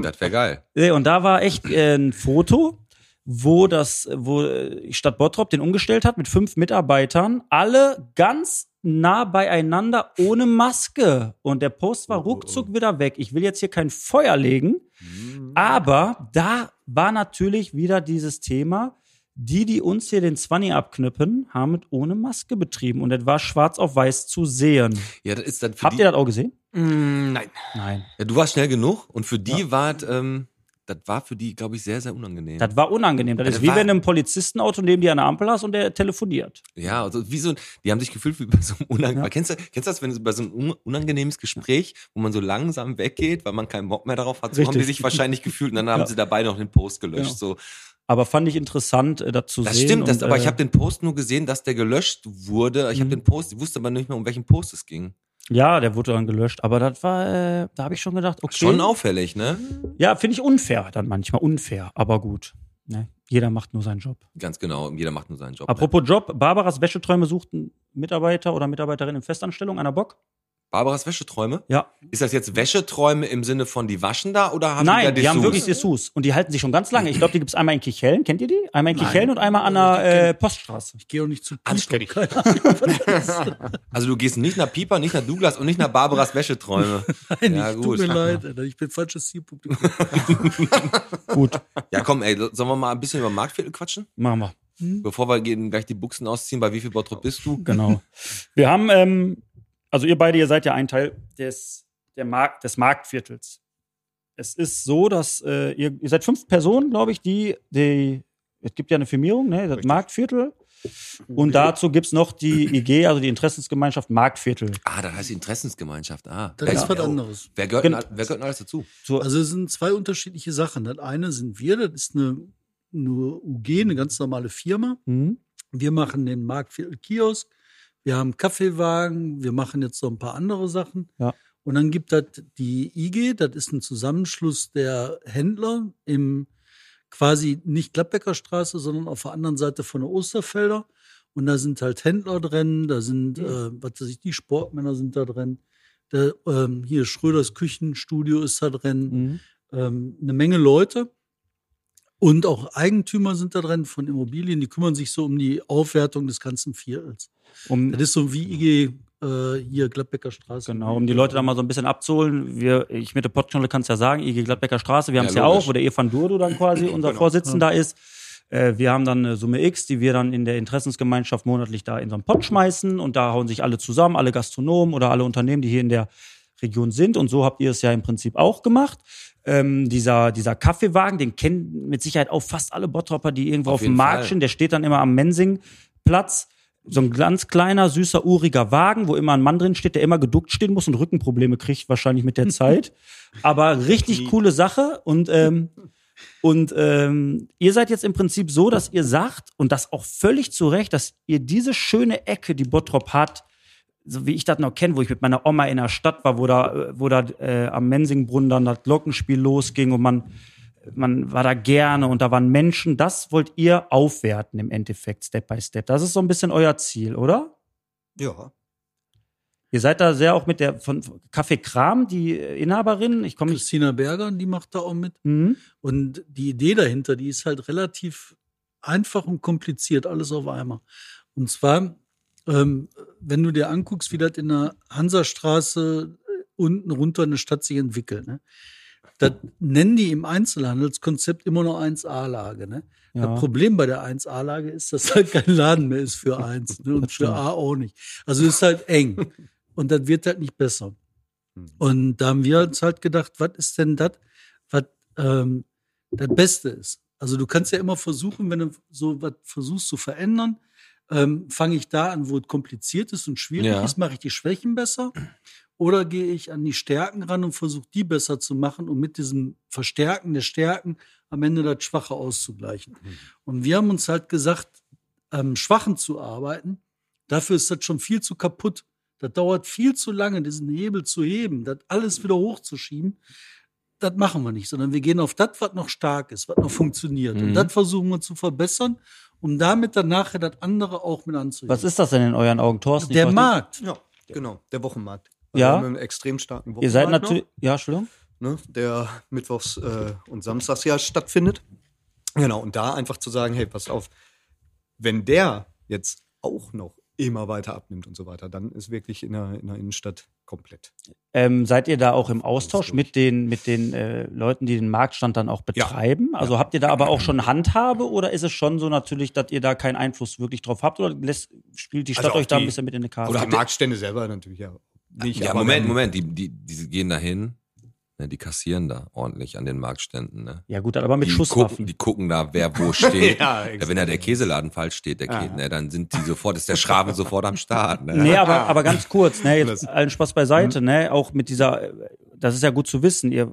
C: Das wäre geil.
D: Nee, Und da war echt äh, ein Foto, wo das, wo äh, Stadt Bottrop den umgestellt hat mit fünf Mitarbeitern, alle ganz nah beieinander ohne Maske. Und der Post war
C: Oh.
D: ruckzuck wieder weg. Ich will jetzt hier kein Feuer legen,
C: Mhm.
D: aber da war natürlich wieder dieses Thema. Die, die uns hier den Zwanni abknüppen, haben es ohne Maske betrieben. Und das war schwarz auf weiß zu sehen.
C: Ja, das ist dann für
D: Habt
C: die, Mm,
D: ihr das auch gesehen?
H: nein.
D: Nein.
C: ja, du warst schnell genug und für die war, es, ähm, das war für die, glaube ich, sehr, sehr unangenehm.
D: Das Also war unangenehm. Das
C: Das
D: ist wie
C: war-
D: wenn du einen Polizistenauto neben dir an der Ampel hast und der telefoniert.
C: Ja, also wie so, ein- die haben sich gefühlt wie bei so einem unangenehmen,
D: Ja.
C: kennst, du, kennst du das, wenn du bei so einem un- unangenehmes Gespräch, wo man so langsam weggeht, weil man keinen Bock mehr darauf hat, so haben die
D: Richtig.
C: sich wahrscheinlich gefühlt und dann haben
D: Ja. Genau.
C: sie dabei noch den Post gelöscht. So,
D: Aber fand ich interessant, äh, dazu
C: das
D: sehen.
C: stimmt, das,
D: und,
C: aber
D: äh,
C: ich habe den Post nur gesehen, dass der gelöscht wurde. Ich hab
D: Mhm.
C: habe den Post, ich wusste aber nicht mehr, um welchen Post es ging.
D: Ja, der wurde dann gelöscht. Aber das war, äh, da habe ich schon gedacht, okay.
C: Schon auffällig, ne?
D: Ja, finde ich unfair dann manchmal. Unfair, aber gut. Ne? Jeder macht nur seinen Job.
C: Ganz genau. Jeder macht nur seinen Job.
D: Apropos Job, Barbaras Wäscheträume sucht einen Mitarbeiter oder Mitarbeiterin in Festanstellung, einer Bock?
C: Barbaras Wäscheträume?
D: Ja.
C: Ist das jetzt Wäscheträume im Sinne von die waschen da oder haben
D: Nein,
C: die,
D: die haben wirklich Dessous. Und die halten sich schon ganz lange. Ich glaube, die gibt's einmal in Kicheln. Kennt ihr die? Einmal in Kicheln und einmal an der äh, Poststraße.
G: Ich gehe auch nicht zu
C: Anständig.
G: Pico. Keine
C: Also du gehst nicht nach Pieper, nicht nach Douglas und nicht nach Barbaras Wäscheträume.
G: Ahnung,
C: Ja,
G: ich-
C: gut.
G: tut mir leid, Alter. Ich bin falsches Zielpublikum.
D: Gut,
C: Ja komm, ey, sollen wir mal ein bisschen über Marktviertel quatschen?
D: machen wir.
C: Bevor wir gehen, gleich die Buchsen ausziehen, bei wie viel Bottrop bist du?
D: Genau. Wir haben, ähm, also ihr beide, ihr seid ja ein Teil des, der Mark des Marktviertels. Es ist so, dass äh, ihr, ihr seid fünf Personen, glaube ich, die, die, es gibt ja eine Firmierung, ne? das Marktviertel. Und dazu gibt's noch die IG, also die Interessensgemeinschaft Marktviertel.
C: Ah, das heißt Interessensgemeinschaft. Ah,
G: Das ist was anderes.
C: Wer gehört, denn, wer gehört denn alles dazu?
G: Also es sind zwei unterschiedliche Sachen. Das eine sind wir, das ist eine, eine UG, eine ganz normale Firma.
D: Mhm.
G: Wir machen den Marktviertel Kiosk, wir haben Kaffeewagen, wir machen jetzt so ein paar andere Sachen.
D: Ja.
G: Und dann gibt das die IG, das ist ein Zusammenschluss der Händler im quasi nicht Gladbecker Straße, sondern auf der anderen Seite von der Osterfelder. Und da sind halt Händler drin, da sind,
D: Mhm.
G: äh, was weiß ich, die Sportmänner sind da drin. Da, ähm, hier Schröders Küchenstudio ist da drin
D: Mhm.
G: ähm, eine Menge Leute und auch Eigentümer sind da drin von Immobilien, die kümmern sich so um die Aufwertung des ganzen Viertels.
D: Um,
G: Das ist so wie IG äh, hier Gladbecker Straße.
D: Genau, um die Leute da mal so ein bisschen abzuholen. Wir, ich mit der Pottknolle kann es ja sagen, IG Gladbecker Straße, wir haben es ja,
C: Ja,
D: auch,
C: logisch.
D: wo der Evan Durdo dann quasi unser Vorsitzender ist. Äh, Wir haben dann eine Summe X, die wir dann in der Interessensgemeinschaft monatlich da in so einen Pott schmeißen und da hauen sich alle zusammen, alle Gastronomen oder alle Unternehmen, die hier in der Region sind. Und so habt ihr es ja im Prinzip auch gemacht. Ähm, dieser, dieser Kaffeewagen, den kennen mit Sicherheit auch fast alle Bottropper, die irgendwo auf,
C: Auf
D: dem
C: jeden
D: Markt
C: Fall.
D: sind. Der steht dann immer am Mensingplatz. So ein ganz kleiner, süßer, uriger Wagen, wo immer ein Mann drin steht, der immer geduckt stehen muss und Rückenprobleme kriegt, wahrscheinlich mit der Zeit. Aber
C: Hm.
D: richtig coole Sache. Und ähm, und ähm, ihr seid jetzt im Prinzip so, dass ihr sagt, und das auch völlig zu Recht, dass ihr diese schöne Ecke, die Bottrop hat, so wie ich das noch kenne, wo ich mit meiner Oma in der Stadt war, wo da, äh, wo da äh, am Mensingbrunnen dann das Glockenspiel losging und man, man war da gerne und da waren Menschen, das wollt ihr aufwerten im Endeffekt, Step by Step. Das ist so ein bisschen euer Ziel, oder?
I: Ja.
D: Ihr seid da sehr auch mit der von Kaffee Kram, die äh, Inhaberin. Ich komme nicht.
G: Christina Berger, die macht da auch mit.
D: Mhm.
G: Und die Idee dahinter, die ist halt relativ einfach und kompliziert, alles auf einmal. Und zwar, ähm, wenn du dir anguckst, wie das in der Hansastraße äh, unten runter eine Stadt sich entwickelt, ne? das nennen die im Einzelhandelskonzept immer nur 1A-Lage. Ne?
D: Ja.
G: Das Problem bei der 1A-Lage ist, dass halt kein Laden mehr ist für 1 ne? und
D: Das stimmt.
G: für A auch nicht. Also ist halt eng und das wird halt nicht besser.
D: Hm.
G: Und da haben wir uns halt gedacht, was ist denn das, was ähm, das Beste ist? Also du kannst ja immer versuchen, wenn du so was versuchst zu verändern, ähm, fange ich da an, wo es kompliziert ist und schwierig
C: Ja.
G: ist, mache ich die Schwächen besser oder gehe ich an die Stärken ran und versuche die besser zu machen und mit diesem Verstärken der Stärken am Ende das Schwache auszugleichen. Und wir haben uns halt gesagt, am ähm, Schwachen zu arbeiten, dafür ist das schon viel zu kaputt. Das dauert viel zu lange, diesen Hebel zu heben, das alles wieder hochzuschieben. Das machen wir nicht, sondern wir gehen auf das, was noch stark ist, was noch funktioniert. Und
C: Mhm.
G: das versuchen wir zu verbessern, um damit dann nachher das andere auch mit anzuheben.
D: Was ist das denn in euren Augen, Thorsten? Ich
G: der
D: weiß nicht.
G: Markt?
I: Ja, genau. Der Wochenmarkt.
D: Ja.
I: Wir haben einen extrem starken Wochenmarkt.
D: Ihr seid
I: noch,
D: natürlich. Ja, Entschuldigung.
I: ne, der mittwochs äh, und samstags ja stattfindet. Genau, und da einfach zu sagen, hey, passt auf, wenn der jetzt auch noch immer weiter abnimmt und so weiter, dann ist wirklich in der, in der Innenstadt komplett.
D: Ähm, seid ihr da auch im Austausch
I: Austausch.
D: mit den, mit den äh, Leuten, die den Marktstand dann auch betreiben? Also habt ihr da aber auch schon Handhabe oder ist es schon so natürlich, dass ihr da keinen Einfluss wirklich drauf habt oder lässt, spielt die Stadt
I: Also auf
D: euch da ein
I: die-
D: bisschen mit in die Karte?
I: Oder die Marktstände selber natürlich ja nicht.
C: ja,
I: aber
C: Moment,
I: wenn-
C: Moment, die, die, die gehen da hin, ne, die kassieren da ordentlich an den Marktständen. Ne?
D: ja gut, aber mit
C: die
D: Schusswaffen.
C: Gucken, die gucken da, wer wo steht.
I: Ja,
C: ja, wenn da der Käseladen falsch steht, der
I: Ah.
C: Käse, ne, dann sind die sofort, ist der Schraben sofort am Start. Ne?
D: Nee, aber, aber ganz kurz, ne, jetzt
I: Das-
D: allen Spaß beiseite, ne, auch mit dieser, äh, das ist ja gut zu wissen, ihr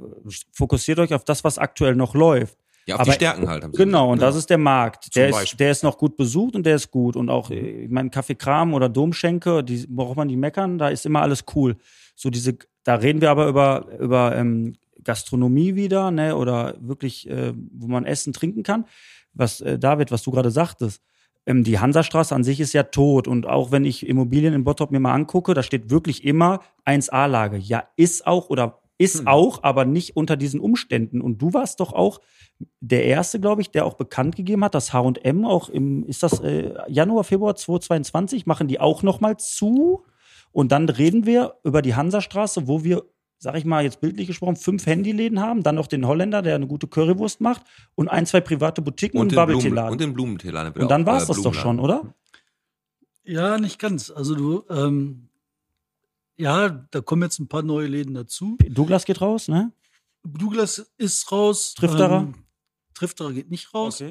D: fokussiert euch auf das, was aktuell noch läuft.
C: Ja, auf
D: Aber-
C: die Stärken halt. Haben sie
D: Genau, und
C: gesagt.
D: das ist der Markt. Der
I: Beispiel.
D: ist, der ist noch gut besucht und der ist gut. Und auch,
C: Mhm.
D: äh, ich meine, Kaffeekram oder Domschenke, die braucht man nicht meckern, da ist immer alles cool. So diese, da reden wir aber über, über ähm, Gastronomie wieder, ne, oder wirklich, äh, wo man essen, trinken kann. Was, äh, David, was du gerade sagtest, ähm, die Hansastraße an sich ist ja tot. Und auch wenn ich Immobilien in Bottrop mir mal angucke, da steht wirklich immer 1A-Lage. Ja, ist auch oder ist
C: Hm.
D: auch, aber nicht unter diesen Umständen. Und du warst doch auch der erste, glaube ich, der auch bekannt gegeben hat, dass H&M auch im, ist das äh, Januar, Februar 2022, machen die auch nochmal zu. Und dann reden wir über die Hansastraße, wo wir, sag ich mal jetzt bildlich gesprochen, fünf Handyläden haben, dann noch den Holländer, der eine gute Currywurst macht und ein, zwei private Boutiquen
C: Und
D: und,
C: den,
D: einen
C: Blumen,
D: Bubble-Tee-Laden.
C: und den äh, Blumenteladen.
D: Und dann war es das doch schon, oder?
G: Ja, nicht ganz. Also du, ähm, ja, da kommen jetzt ein paar neue Läden dazu.
D: Douglas geht raus, ne?
G: Douglas ist raus.
D: Trifterer?
G: Ähm, Trifterer geht nicht raus.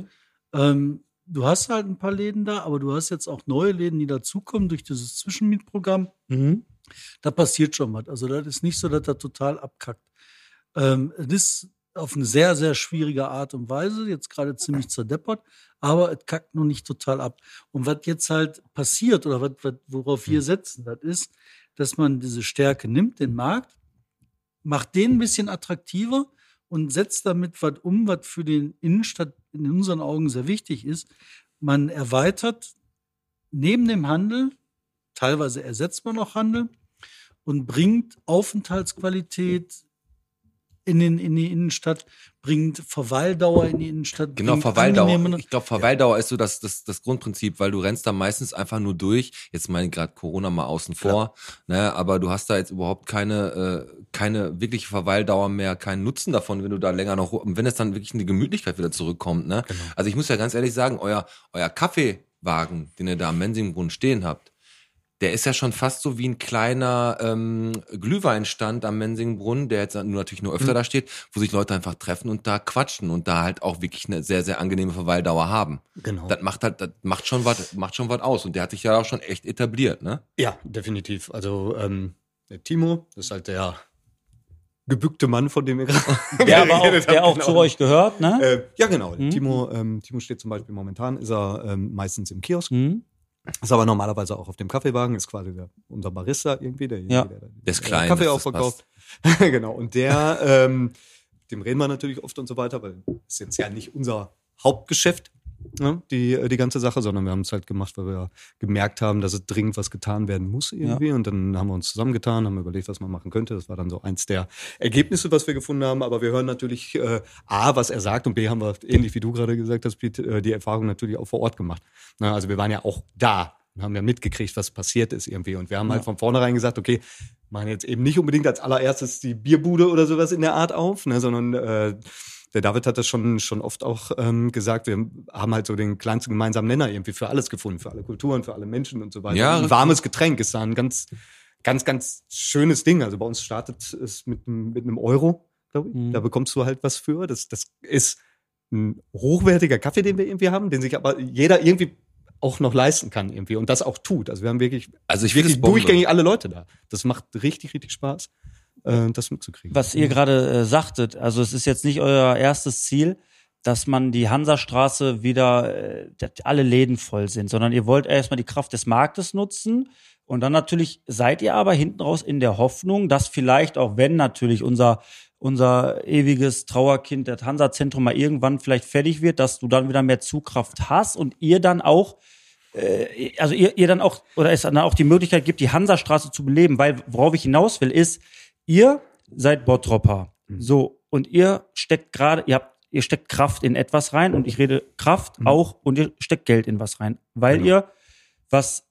G: Ähm, du hast halt ein paar Läden da, aber du hast jetzt auch neue Läden, die dazukommen durch dieses Zwischenmietprogramm.
D: Mhm.
G: Da passiert schon was. Also das ist nicht so, dass er total abkackt. Ähm, es ist auf eine sehr, sehr schwierige Art und Weise, jetzt gerade ziemlich zerdeppert, aber es kackt noch nicht total ab. Und was jetzt halt passiert oder was, was, worauf
C: Hm.
G: wir setzen, das ist, dass man diese Stärke nimmt, den Markt, macht den ein bisschen attraktiver und setzt damit was um, was für den Innenstadt in unseren Augen sehr wichtig ist. Man erweitert neben dem Handel, teilweise ersetzt man auch Handel und bringt Aufenthaltsqualität in, den, in die Innenstadt, bringt Verweildauer in die Innenstadt.
C: Genau,
G: bringt
C: Verweildauer.
G: angenehmere-
C: Ich glaube, Verweildauer ist so das, das, das Grundprinzip, weil du rennst da meistens einfach nur durch. Jetzt meine ich gerade Corona mal außen vor, ne, aber du hast da jetzt überhaupt keine, äh, keine wirkliche Verweildauer mehr, keinen Nutzen davon, wenn du da länger noch, und wenn es dann wirklich in die Gemütlichkeit wieder zurückkommt. Ne? Also ich muss ja ganz ehrlich sagen, euer, euer Kaffeewagen, den ihr da am Mensingbrunnen stehen habt, der ist ja schon fast so wie ein kleiner ähm, Glühweinstand am Mensingbrunnen, der jetzt nur natürlich nur
D: Mhm.
C: öfter da steht, wo sich Leute einfach treffen und da quatschen und da halt auch wirklich eine sehr, sehr angenehme Verweildauer haben.
I: Genau.
C: Das macht halt, das macht schon was, macht schon was aus. Und der hat sich ja auch schon echt etabliert, ne?
I: Ja, definitiv. Also ähm, der Timo, das ist halt der gebückte Mann, von dem wir gerade
D: Der aber auch,
I: geredet
D: der
I: haben,
D: auch zu
I: genau.
D: euch gehört, ne?
I: Äh, ja, genau.
D: Mhm.
I: Timo, ähm, Timo steht zum Beispiel momentan, ist er ähm, meistens im Kiosk,
D: Mhm.
I: ist aber normalerweise auch auf dem Kaffeewagen, ist quasi der, unser Barista irgendwie, der,
D: Ja.
I: der, der,
C: Der ist klein,
I: Kaffee
C: das-
I: auch
C: das
I: verkauft. genau. Und der, ähm, dem reden wir natürlich oft und so weiter, weil das ist jetzt ja nicht unser Hauptgeschäft, ne, die, äh, die ganze Sache, sondern wir haben es halt gemacht, weil wir gemerkt haben, dass es dringend was getan werden muss irgendwie. Und dann haben wir uns zusammengetan, haben überlegt, was man machen könnte. Das war dann so eins der Ergebnisse, was wir gefunden haben. Aber wir hören natürlich äh, A, was er sagt und B, haben wir, ähnlich wie du gerade gesagt hast, Piet, äh, die Erfahrung natürlich auch vor Ort gemacht. Na, also wir waren ja auch da und haben ja mitgekriegt, was passiert ist irgendwie. Und wir haben halt von vornherein gesagt, okay, machen jetzt eben nicht unbedingt als allererstes die Bierbude oder sowas in der Art auf, ne, sondern äh, der David hat das schon, schon oft auch ähm, gesagt. Wir haben halt so den kleinsten gemeinsamen Nenner irgendwie für alles gefunden, für alle Kulturen, für alle Menschen und so weiter.
C: Ja,
I: ein
C: richtig.
I: warmes Getränk ist da ein ganz, ganz, ganz schönes Ding. Also bei uns startet es mit, einem- mit einem Euro, glaube ich.
D: Mhm.
I: Da bekommst du halt was für. Das, das ist ein hochwertiger Kaffee, den wir irgendwie haben, den sich aber jeder irgendwie auch noch leisten kann irgendwie und das auch tut. Also wir haben wirklich
C: Also ich will
I: wirklich
C: das Bombe.
I: durchgängig alle Leute da. Das macht richtig, richtig Spaß, äh, das mitzukriegen.
D: Was ihr gerade äh, sagtet, also es ist jetzt nicht euer erstes Ziel, dass man die Hansastraße wieder, äh, dass alle Läden voll sind, sondern ihr wollt erstmal die Kraft des Marktes nutzen. Und dann natürlich seid ihr aber hinten raus in der Hoffnung, dass vielleicht, auch wenn natürlich unser, unser ewiges Trauerkind, das Hansa-Zentrum mal irgendwann vielleicht fertig wird, dass du dann wieder mehr Zugkraft hast und ihr dann auch also ihr, ihr dann auch, oder es dann auch die Möglichkeit gibt, die Hansastraße zu beleben, weil worauf ich hinaus will, ist, ihr seid Bottropper.
C: Mhm.
D: So, und ihr steckt gerade, ihr habt, ihr steckt Kraft in etwas rein und ich rede Kraft
C: Mhm.
D: auch und ihr steckt Geld in was rein, weil ihr was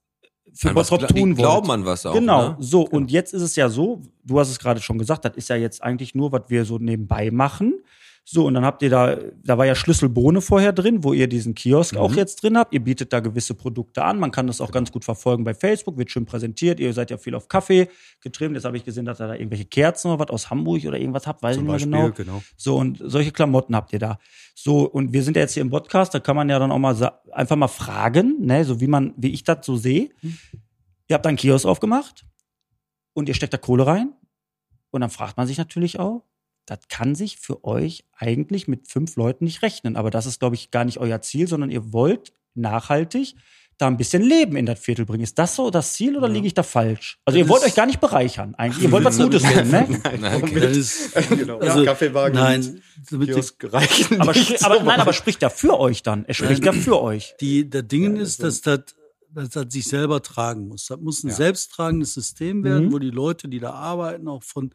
D: für
C: An Genau. was
D: Bottrop
C: gla- die
D: tun wollt.
C: Glauben an was auch.
D: Genau,
C: Ne?
D: so. Und jetzt ist es ja so, du hast es gerade schon gesagt, das ist ja jetzt eigentlich nur, was wir so nebenbei machen. So, und dann habt ihr da, da war ja Schlüsselbohne vorher drin, wo ihr diesen Kiosk auch jetzt drin habt. Ihr bietet da gewisse Produkte an. Man kann das auch ganz gut verfolgen bei Facebook, wird schön präsentiert. Ihr seid ja viel auf Kaffee getrimmt. Jetzt habe ich gesehen, dass ihr da irgendwelche Kerzen oder was aus Hamburg oder irgendwas habt, weiß ich
I: Zum
D: nicht mehr
I: Beispiel,
D: genau.
I: genau.
D: So, und solche Klamotten habt ihr da. So, und wir sind ja jetzt hier im Podcast, da kann man ja dann auch mal sa- einfach mal fragen, ne, so wie man, wie ich das so sehe. Ihr habt da einen Kiosk aufgemacht und ihr steckt da Kohle rein. Und dann fragt man sich natürlich auch, das kann sich für euch eigentlich mit fünf Leuten nicht rechnen. Aber das ist, glaube ich, gar nicht euer Ziel, sondern ihr wollt nachhaltig da ein bisschen Leben in das Viertel bringen. Ist das so das Ziel oder liege ich da falsch? Also
G: Das
D: ihr wollt
G: ist-
D: euch gar nicht bereichern eigentlich. Ihr wollt was Gutes tun, ne?
G: Das ist,
I: genau.
G: also,
I: Kaffeewagen,
G: nein, damit die,
I: Kiosk reichen
D: Aber,
I: nicht
D: spri- aber,
I: so
D: nein, aber
I: weit.
D: spricht ja für euch dann. Er spricht ja für euch.
G: die, der Dingen ist, dass das, dass das sich selber tragen muss. Das muss ein selbsttragendes System werden,
D: Mhm.
G: wo die Leute, die da arbeiten, auch von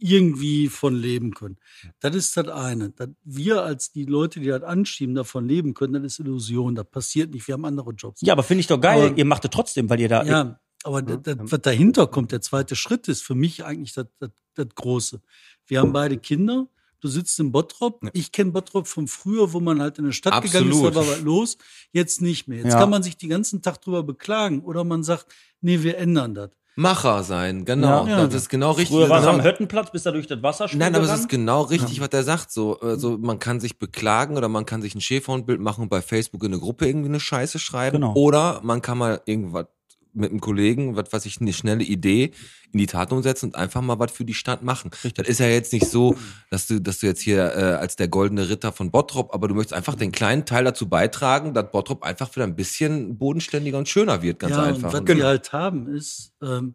G: irgendwie von leben können. Das ist das eine. Dass wir als die Leute, die das anschieben, davon leben können, das ist Illusion. Das passiert nicht. Wir haben andere Jobs.
D: Ja, aber finde ich doch geil.
G: Aber-
D: ihr macht es trotzdem, weil ihr
C: Ah,
D: da.
G: Ja, aber d- d-
C: ähm.
G: was dahinter kommt, der zweite Schritt ist für mich eigentlich das, das, das Große. Wir haben beide Kinder. Du sitzt in Bottrop. Ich kenne Bottrop von früher, wo man halt in der Stadt gegangen
C: Absolut.
G: ist, da war was los. Jetzt nicht mehr. Jetzt
D: Ja.
G: kann man sich den ganzen Tag drüber beklagen oder man sagt, nee, wir ändern das.
C: Macher sein, genau.
G: Ja.
C: Das ist genau richtig.
D: Früher war es
C: genau,
D: am Höttenplatz, bis da durch das Wasser
C: Nein, aber es ist genau richtig, was der sagt. So, also man kann sich beklagen oder man kann sich ein Schäferhundbild machen und bei Facebook in eine Gruppe irgendwie eine Scheiße schreiben.
D: Genau.
C: Oder man kann mal irgendwas mit einem Kollegen, was weiß ich, eine schnelle Idee in die Tat umsetzen und einfach mal was für die Stadt machen. Das ist ja jetzt nicht so, dass du, dass du jetzt hier äh, als der goldene Ritter von Bottrop, aber du möchtest einfach den kleinen Teil dazu beitragen, dass Bottrop einfach wieder ein bisschen bodenständiger und schöner wird, ganz
G: ja,
C: einfach. Genau.
G: Und was wir halt haben ist, ähm,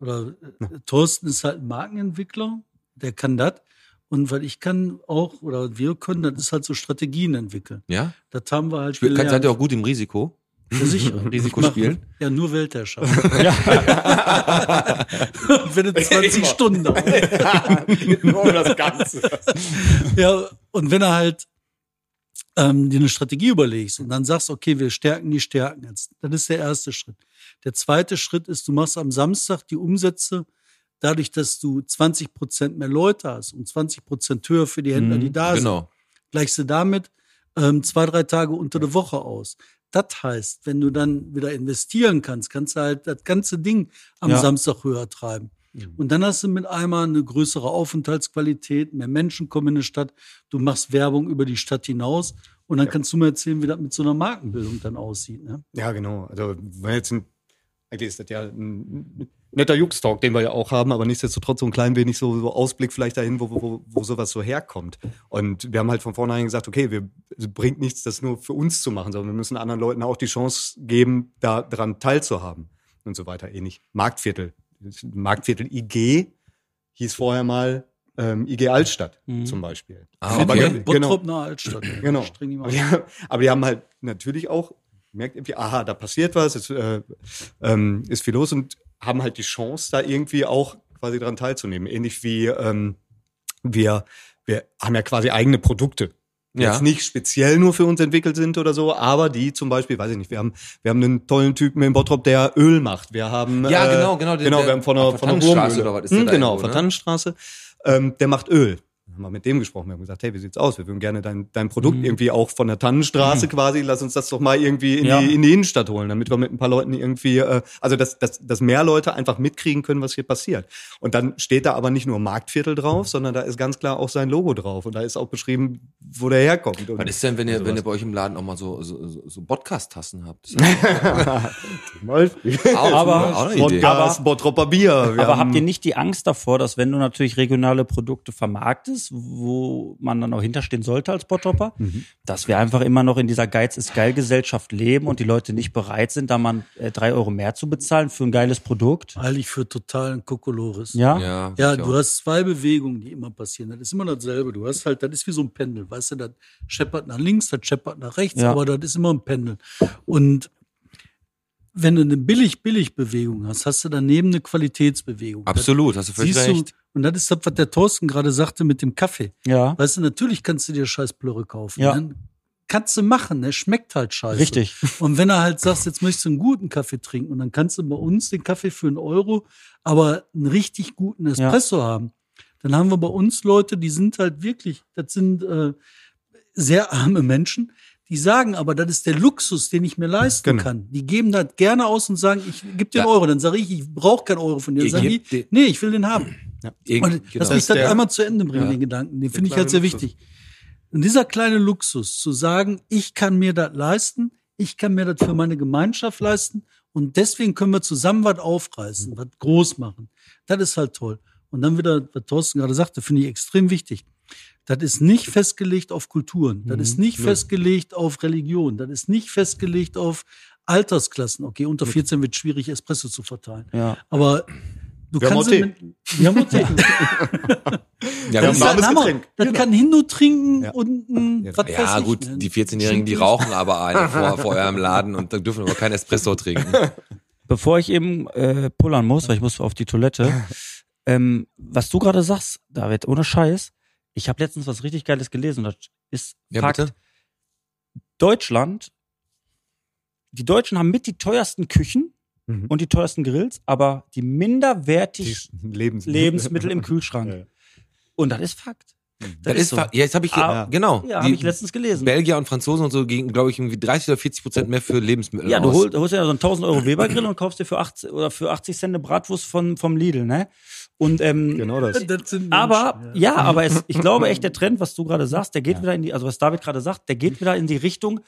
G: oder äh, Thorsten ist halt ein Markenentwickler, der kann das. Und weil ich kann auch, oder wir können, das ist halt so Strategien entwickeln.
C: ja?
G: Das haben wir halt
C: Spiel, kannst, seid
G: gelernt.
C: ihr auch gut im Risiko?
G: Ja, sicher.
C: Risiko
G: Ich mach-
C: spielen?
G: Ja, nur Weltherrschaft. Wenn du 20 Stunden dauert.
H: Nur Genau. um das Ganze.
G: Ja, und wenn du halt ähm, dir eine Strategie überlegst und dann sagst, okay, wir stärken die Stärken jetzt. Das ist der erste Schritt. Der zweite Schritt ist, du machst am Samstag die Umsätze dadurch, dass du 20 Prozent mehr Leute hast und 20 Prozent höher für die Händler, die da sind.
C: Genau.
G: gleichst du damit ähm, zwei, drei Tage unter der Woche aus. Das heißt, wenn du dann wieder investieren kannst, kannst du halt das ganze Ding am
D: Ja.
G: Samstag höher treiben.
I: Mhm.
G: Und dann hast du mit einmal eine größere Aufenthaltsqualität, mehr Menschen kommen in die Stadt, du machst Werbung über die Stadt hinaus und dann kannst du mir erzählen, wie das mit so einer Markenbildung dann aussieht. Ne?
I: Ja, genau. Also, wenn jetzt ein, eigentlich ist das ja ein netter Jux-Talk, den wir ja auch haben, aber nichtsdestotrotz so ein klein wenig so, so Ausblick vielleicht dahin, wo, wo, wo sowas so herkommt. Und wir haben halt von vornherein gesagt, okay, wir, es bringt nichts, das nur für uns zu machen, sondern wir müssen anderen Leuten auch die Chance geben, daran teilzuhaben und so weiter. Ähnlich. Marktviertel. Das Marktviertel IG hieß vorher mal ähm, IG Altstadt zum Beispiel.
C: Ah, okay.
I: ge-
G: Bottrop nach Altstadt. ne?
I: Genau.
G: Streng die mal
I: Aber die, aber die haben halt natürlich auch merkt irgendwie, aha, da passiert was, es äh, ähm, ist viel los und haben halt die Chance, da irgendwie auch quasi dran teilzunehmen. Ähnlich wie ähm, wir, wir haben ja quasi eigene Produkte, die
C: Ja.
I: jetzt nicht speziell nur für uns entwickelt sind oder so, aber die zum Beispiel, weiß ich nicht, wir haben, wir haben einen tollen Typen in Bottrop, der Öl macht. Wir haben
C: Ja,
I: äh,
C: genau, genau, den-
I: genau,
C: der-
I: wir haben von
C: auf der
I: der, von der
C: Tannenstraße
I: Wurmöhle.
C: oder was ist der da
I: genau,
C: irgendwo,
I: von
C: ne?
I: Tannenstraße. Ähm, der macht Öl. Dann haben wir mit dem gesprochen, wir haben gesagt, hey, wie sieht's aus? Wir würden gerne dein, dein
D: Mhm.
I: Produkt irgendwie auch von der Tannenstraße quasi, lass uns das doch mal irgendwie in,
D: Ja.
I: die, in die Innenstadt holen, damit wir mit ein paar Leuten irgendwie, äh, also dass, dass, dass mehr Leute einfach mitkriegen können, was hier passiert. Und dann steht da aber nicht nur Marktviertel drauf, sondern da ist ganz klar auch sein Logo drauf und da ist auch beschrieben, wo der herkommt. Und
C: Was ist denn, wenn ihr, wenn ihr bei euch im Laden auch mal so, so, so- so Podcast-Tassen habt? Das ist
I: Mal-
C: auch,
D: Aber-
C: auch eine Idee.
I: Podcast, Bottropper Bier. Wir
D: Aber
I: haben-
D: habt ihr nicht die Angst davor, dass wenn du natürlich regionale Produkte vermarktest, wo man dann auch hinterstehen sollte als Bottropper, dass wir einfach immer noch in dieser Geiz ist geil Gesellschaft leben und die Leute nicht bereit sind, da mal äh, drei Euro mehr zu bezahlen für ein geiles Produkt?
G: Halte ich für totalen Kokolores.
D: Ja?
C: Ja,
G: Ja,
C: ich auch.
G: du hast zwei Bewegungen, die immer passieren. Das ist immer dasselbe. Du hast halt, das ist wie so ein Pendel, weißt du, das scheppert nach links, das scheppert nach rechts,
D: Ja.
G: aber das ist immer ein Pendel. Und wenn du eine billig-billig-Bewegung hast, hast du daneben eine Qualitätsbewegung.
C: Absolut, hast du
G: Das,
C: völlig
G: siehst du,
C: recht.
G: und das ist das, was der Thorsten gerade sagte mit dem Kaffee.
D: Ja.
G: Weißt du, natürlich kannst du dir scheiß Plörre kaufen.
D: Ja.
G: Ne? Kannst du machen, der schmeckt halt scheiße.
D: Richtig.
G: Und wenn er halt sagt, jetzt möchtest du einen guten Kaffee trinken und dann kannst du bei uns den Kaffee für einen Euro, aber einen richtig guten Espresso haben, dann haben wir bei uns Leute, die sind halt wirklich, das sind äh, sehr arme Menschen, die sagen aber, das ist der Luxus, den ich mir leisten
I: Genau.
G: kann. Die geben das gerne aus und sagen, ich gebe dir einen
C: Ja.
G: Euro. Dann sage ich, ich brauche keinen Euro von dir. Dann
C: Ich
G: sagen
C: geb
G: die,
C: dir-
G: nee, ich will den haben.
C: Irgend- genau.
G: Und lass mich
I: Das ist
G: das
I: der-
G: einmal zu Ende bringen,
C: Ja.
G: den Gedanken. Den finde ich
I: kleine
G: halt sehr
I: Luxus.
G: wichtig. Und dieser kleine Luxus, zu sagen, ich kann mir das leisten, ich kann mir das für meine Gemeinschaft leisten und deswegen können wir zusammen was aufreißen, was groß machen. Das ist halt toll. Und dann wieder, was Thorsten gerade sagte, finde ich extrem wichtig. Das ist nicht festgelegt auf Kulturen. Das
I: Mhm.
G: ist nicht festgelegt auf Religion. Das ist nicht festgelegt auf Altersklassen. Okay, unter 14 wird schwierig, Espresso zu verteilen.
D: Ja.
G: Aber du
I: Wir haben
G: kannst.
I: auch Tee.
G: mit- Wir haben auch Tee.
C: Ja,
I: Ja,
G: Das
C: gut,
G: ist
I: warmes
G: ein Hammer.
I: Getränk.
G: Das kann Hindu trinken
I: Ja.
G: und ein,
I: Ja.
G: was weiß
C: ja,
G: ich,
C: gut
G: ne?
C: die 14-Jährigen, die rauchen aber eine vor, vor eurem Laden und dann dürfen aber kein Espresso trinken.
D: Bevor ich eben äh, pullern muss, weil ich muss auf die Toilette, ähm, was du gerade sagst, David, ohne Scheiß, ich habe letztens was richtig Geiles gelesen. Das ist
C: Ja,
D: Fakt.
C: bitte?
D: Deutschland, die Deutschen haben mit die teuersten Küchen
I: Mhm.
D: und die teuersten Grills, aber die minderwertig
I: Lebensmittel.
D: Lebensmittel im Kühlschrank.
I: Ja.
D: Und das ist Fakt.
C: Hm. Das ist, fa- ja, jetzt habe ich,
D: Ah,
I: ja.
C: genau.
D: Ja,
C: Die
D: habe ich letztens gelesen.
C: Belgier und Franzosen und so gingen, glaube ich, irgendwie 30 oder 40 Prozent mehr für Lebensmittel
D: Ja,
C: aus.
D: du holst, holst ja so einen 1000 Euro Webergrill und kaufst dir für 80 oder für 80 Cent eine Bratwurst von, vom Lidl, ne? Und ähm,
I: Genau das.
G: Das sind Menschen,
D: aber
G: ja.
D: ja, aber es, ich glaube echt, der Trend, was du gerade sagst, der geht wieder in die, also was David gerade sagt, der
C: Hm.
D: geht wieder in die Richtung,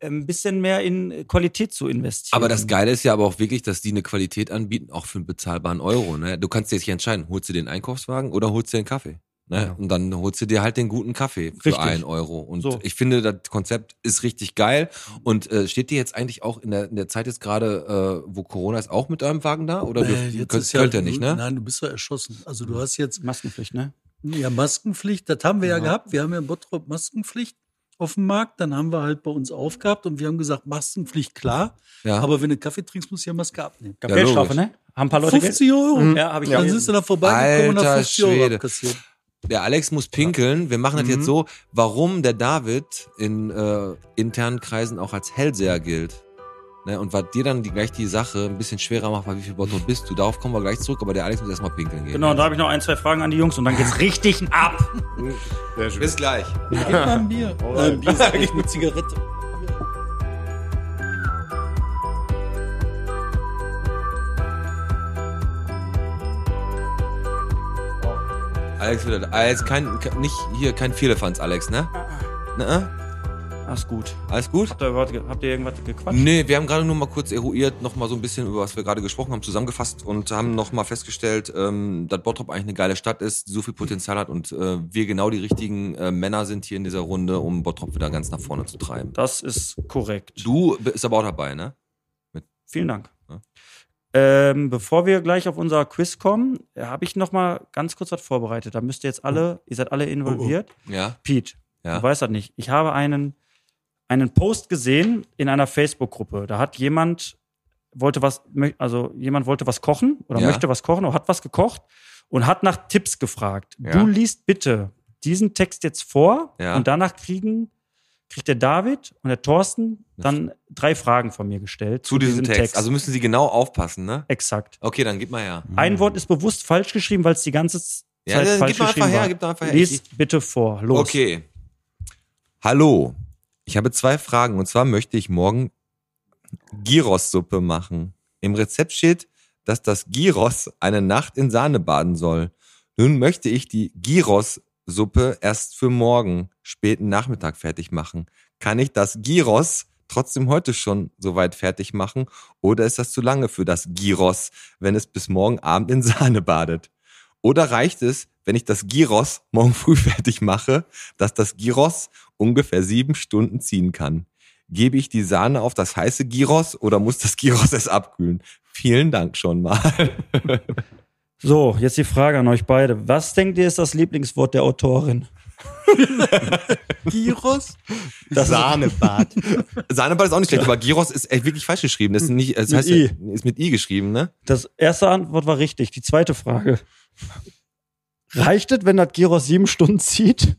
D: ein bisschen mehr in Qualität zu investieren.
C: aber das Geile ist ja aber auch wirklich, dass die eine Qualität anbieten, auch für einen bezahlbaren Euro. Ne? Du kannst dir jetzt nicht entscheiden, holst du den Einkaufswagen oder holst du den Kaffee. Ne? Und dann holst du dir halt den guten Kaffee für
D: Richtig.
C: einen Euro. Und
D: So.
C: ich finde, das Konzept ist richtig geil. Und äh, steht dir jetzt eigentlich auch in der, in der Zeit jetzt gerade, äh, wo Corona ist, auch mit eurem Wagen da? Oder dürft,
G: Äh, jetzt
C: könnt,
G: ist ja-
C: könnt ihr nicht, ne? Mhm.
G: Nein, du bist ja erschossen. Also du hast jetzt
D: Maskenpflicht, ne?
G: ja Maskenpflicht, das haben wir ja, gehabt. Wir haben ja in Bottrop Maskenpflicht auf dem Markt, dann haben wir halt bei uns aufgehabt und wir haben gesagt, Maskenpflicht klar,
C: Ja.
G: aber wenn du Kaffee trinkst, musst du ja Maske abnehmen.
D: Gab
C: Ja,
D: Geldstrafe,
C: logisch.
D: ne? Haben ein paar Leute
G: 50 Euro.
D: Geld? Ja, habe ich
G: Dann
D: gelesen.
G: sind sie da vorbeigekommen und
C: Mhm. Alter
G: haben 50 Euro
C: Schwede.
G: abkassiert.
C: Der Alex muss pinkeln. Wir machen das
D: Mhm.
C: jetzt so, warum der David in äh, internen Kreisen auch als Hellseher gilt. Ne? Und was dir dann die, gleich die Sache ein bisschen schwerer macht, weil wie viel Bottrop bist du. Darauf kommen wir gleich zurück, aber der Alex muss erstmal pinkeln gehen.
D: Genau, da habe ich noch ein, zwei Fragen an die Jungs und dann geht's richtig ab.
I: Sehr schön.
C: Bis gleich.
G: Gib mal ein Bier. Nein, ein Bier ist eigentlich eine Zigarette.
C: Alex wieder da. Alex, kein, kein- nicht hier, kein Fehlefanz, Alex, ne?
D: Ah,
C: Na,
D: Alles gut.
C: alles gut?
D: Habt ihr, wart- habt ihr irgendwas gequatscht?
C: Nee, wir haben gerade nur mal kurz eruiert, noch mal so ein bisschen über was wir gerade gesprochen haben, zusammengefasst und haben noch mal festgestellt, ähm, dass Bottrop eigentlich eine geile Stadt ist, die so viel Potenzial hat und äh, wir genau die richtigen äh, Männer sind hier in dieser Runde, um Bottrop wieder ganz nach vorne zu treiben.
D: Das ist korrekt.
C: Du bist aber auch dabei, ne?
D: Vielen Dank.
C: Ja.
D: Ähm, bevor wir gleich auf unser Quiz kommen, habe ich noch mal ganz kurz was vorbereitet. Da müsst ihr jetzt alle, ihr seid alle
C: Oh,
D: involviert.
C: Ja.
D: Pete,
C: Ja.
D: du weißt das nicht. Ich habe einen, einen Post gesehen in einer Facebook-Gruppe. Da hat jemand wollte was, mö- also jemand wollte was kochen oder
C: Ja.
D: möchte was kochen oder hat was gekocht und hat nach Tipps gefragt.
C: Ja.
D: Du liest bitte diesen Text jetzt vor
C: Ja.
D: und danach kriegen kriegt der David und der Thorsten dann drei Fragen von mir gestellt
C: Zu diesem Text. Also müssen Sie genau aufpassen, ne?
D: Exakt.
C: Okay, dann gib mal her.
D: Ein Wort ist bewusst falsch geschrieben, weil es die ganze Zeit
C: Ja, dann gib
D: falsch
C: mal einfach
D: geschrieben
C: her,
D: war.
C: gib doch einfach her.
D: Lies
C: Ich-
D: bitte vor. Los.
C: Okay. Hallo. Ich habe zwei Fragen und zwar möchte ich morgen Gyros-Suppe machen. Im Rezept steht, dass das Gyros eine Nacht in Sahne baden soll. Nun möchte ich die Gyros-Suppe erst für morgen, späten Nachmittag fertig machen. Kann ich das Gyros trotzdem heute schon soweit fertig machen oder ist das zu lange für das Gyros, wenn es bis morgen Abend in Sahne badet? Oder reicht es, wenn ich das Gyros morgen früh fertig mache, dass das Gyros ungefähr sieben Stunden ziehen kann? Gebe ich die Sahne auf das heiße Gyros oder muss das Gyros es abkühlen? Vielen Dank schon mal.
D: So, jetzt die Frage an euch beide. Was denkt ihr ist das Lieblingswort der Autorin?
G: Gyros?
I: Sahnebad.
C: Sahneball ist auch nicht schlecht, aber Gyros ist echt wirklich falsch geschrieben. Das ist nicht, das
D: Mit
C: heißt,
D: I.
C: ist mit I geschrieben, ne?
D: Das erste Antwort war richtig. Die zweite Frage. Reicht es, wenn das Gyros sieben Stunden zieht?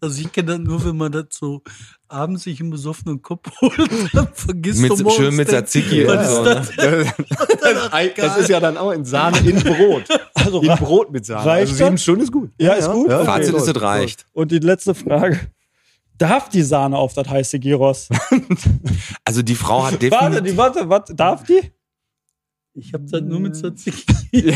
G: Also ich kenne das nur, wenn man das so abends sich im besoffenen Kopf holt, dann vergisst
C: Mit,
G: du morgens
C: schön mit
G: den-
C: Tzatziki
G: Was
C: und
G: ist
C: so.
G: das?
C: Ne?
I: Das, Ei- das ist ja dann auch in Sahne in Brot.
D: Also
I: In Brot mit Sahne.
D: Reicht
I: Also sieben
D: das?
I: Stunden ist gut.
D: Ja, ist gut. Okay.
C: Fazit ist, es reicht.
D: Und die letzte Frage. Darf die Sahne auf das heiße Gyros?
C: Also die Frau hat
D: Warte,
C: definitiv...
D: die, warte, warte, darf die?
G: Ich habe das nur mit Tzatziki.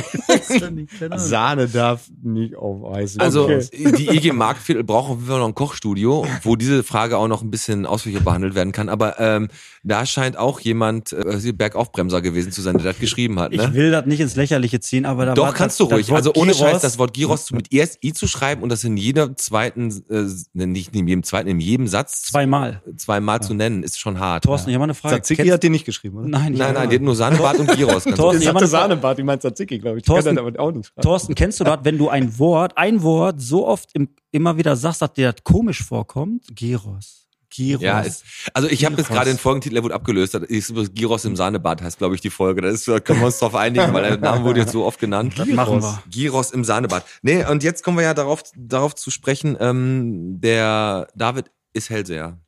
H: Sahne darf nicht auf Eis.
C: Also
H: Okay.
C: die IG Marktviertel braucht auf jeden Fall noch ein Kochstudio, wo diese Frage auch noch ein bisschen ausführlicher behandelt werden kann. Aber ähm, da scheint auch jemand äh, Bergaufbremser gewesen zu sein, der das geschrieben hat.
D: Ich
C: Ne?
D: will das nicht ins Lächerliche ziehen, aber da war
C: Doch, kannst du
D: das, das
C: ruhig.
D: Wort
C: Also ohne
D: Gyros-
C: Scheiß, das Wort Gyros zu- mit erst I zu schreiben und das in jeder zweiten, äh, nicht in jedem zweiten, in jedem Satz
D: zweimal.
C: zweimal zu nennen, ist schon hart.
D: Thorsten, ich habe mal eine Frage.
I: Tzatziki hat den nicht geschrieben, oder?
D: Nein, ich
C: Nein,
D: hab
C: nein,
D: mal-
C: die hat nur Sahnebart und Gyros. ganz
D: Thorsten,
H: Ich
D: jemand-
H: hatte Sahnebart, ich meinte Tzatziki, glaube ich. Ich kann
D: Thorsten-
H: das damit auch nicht schreiben.
D: Thorsten, kennst du das, wenn du ein Wort, ein Wort so oft im, immer wieder sagst, dass dir das komisch vorkommt? Gyros. Gyros.
C: Ja, ist, also ich habe jetzt gerade den Folgentitel, der wurde abgelöst. Das ist übrigens Gyros im Sahnebad, heißt, glaube ich, die Folge. Da ist, da können wir uns drauf einigen, weil der Name wurde jetzt so oft genannt.
D: Das machen wir.
C: Gyros im Sahnebad. Nee, und jetzt kommen wir ja darauf, darauf zu sprechen, ähm, der David ist Hellseher.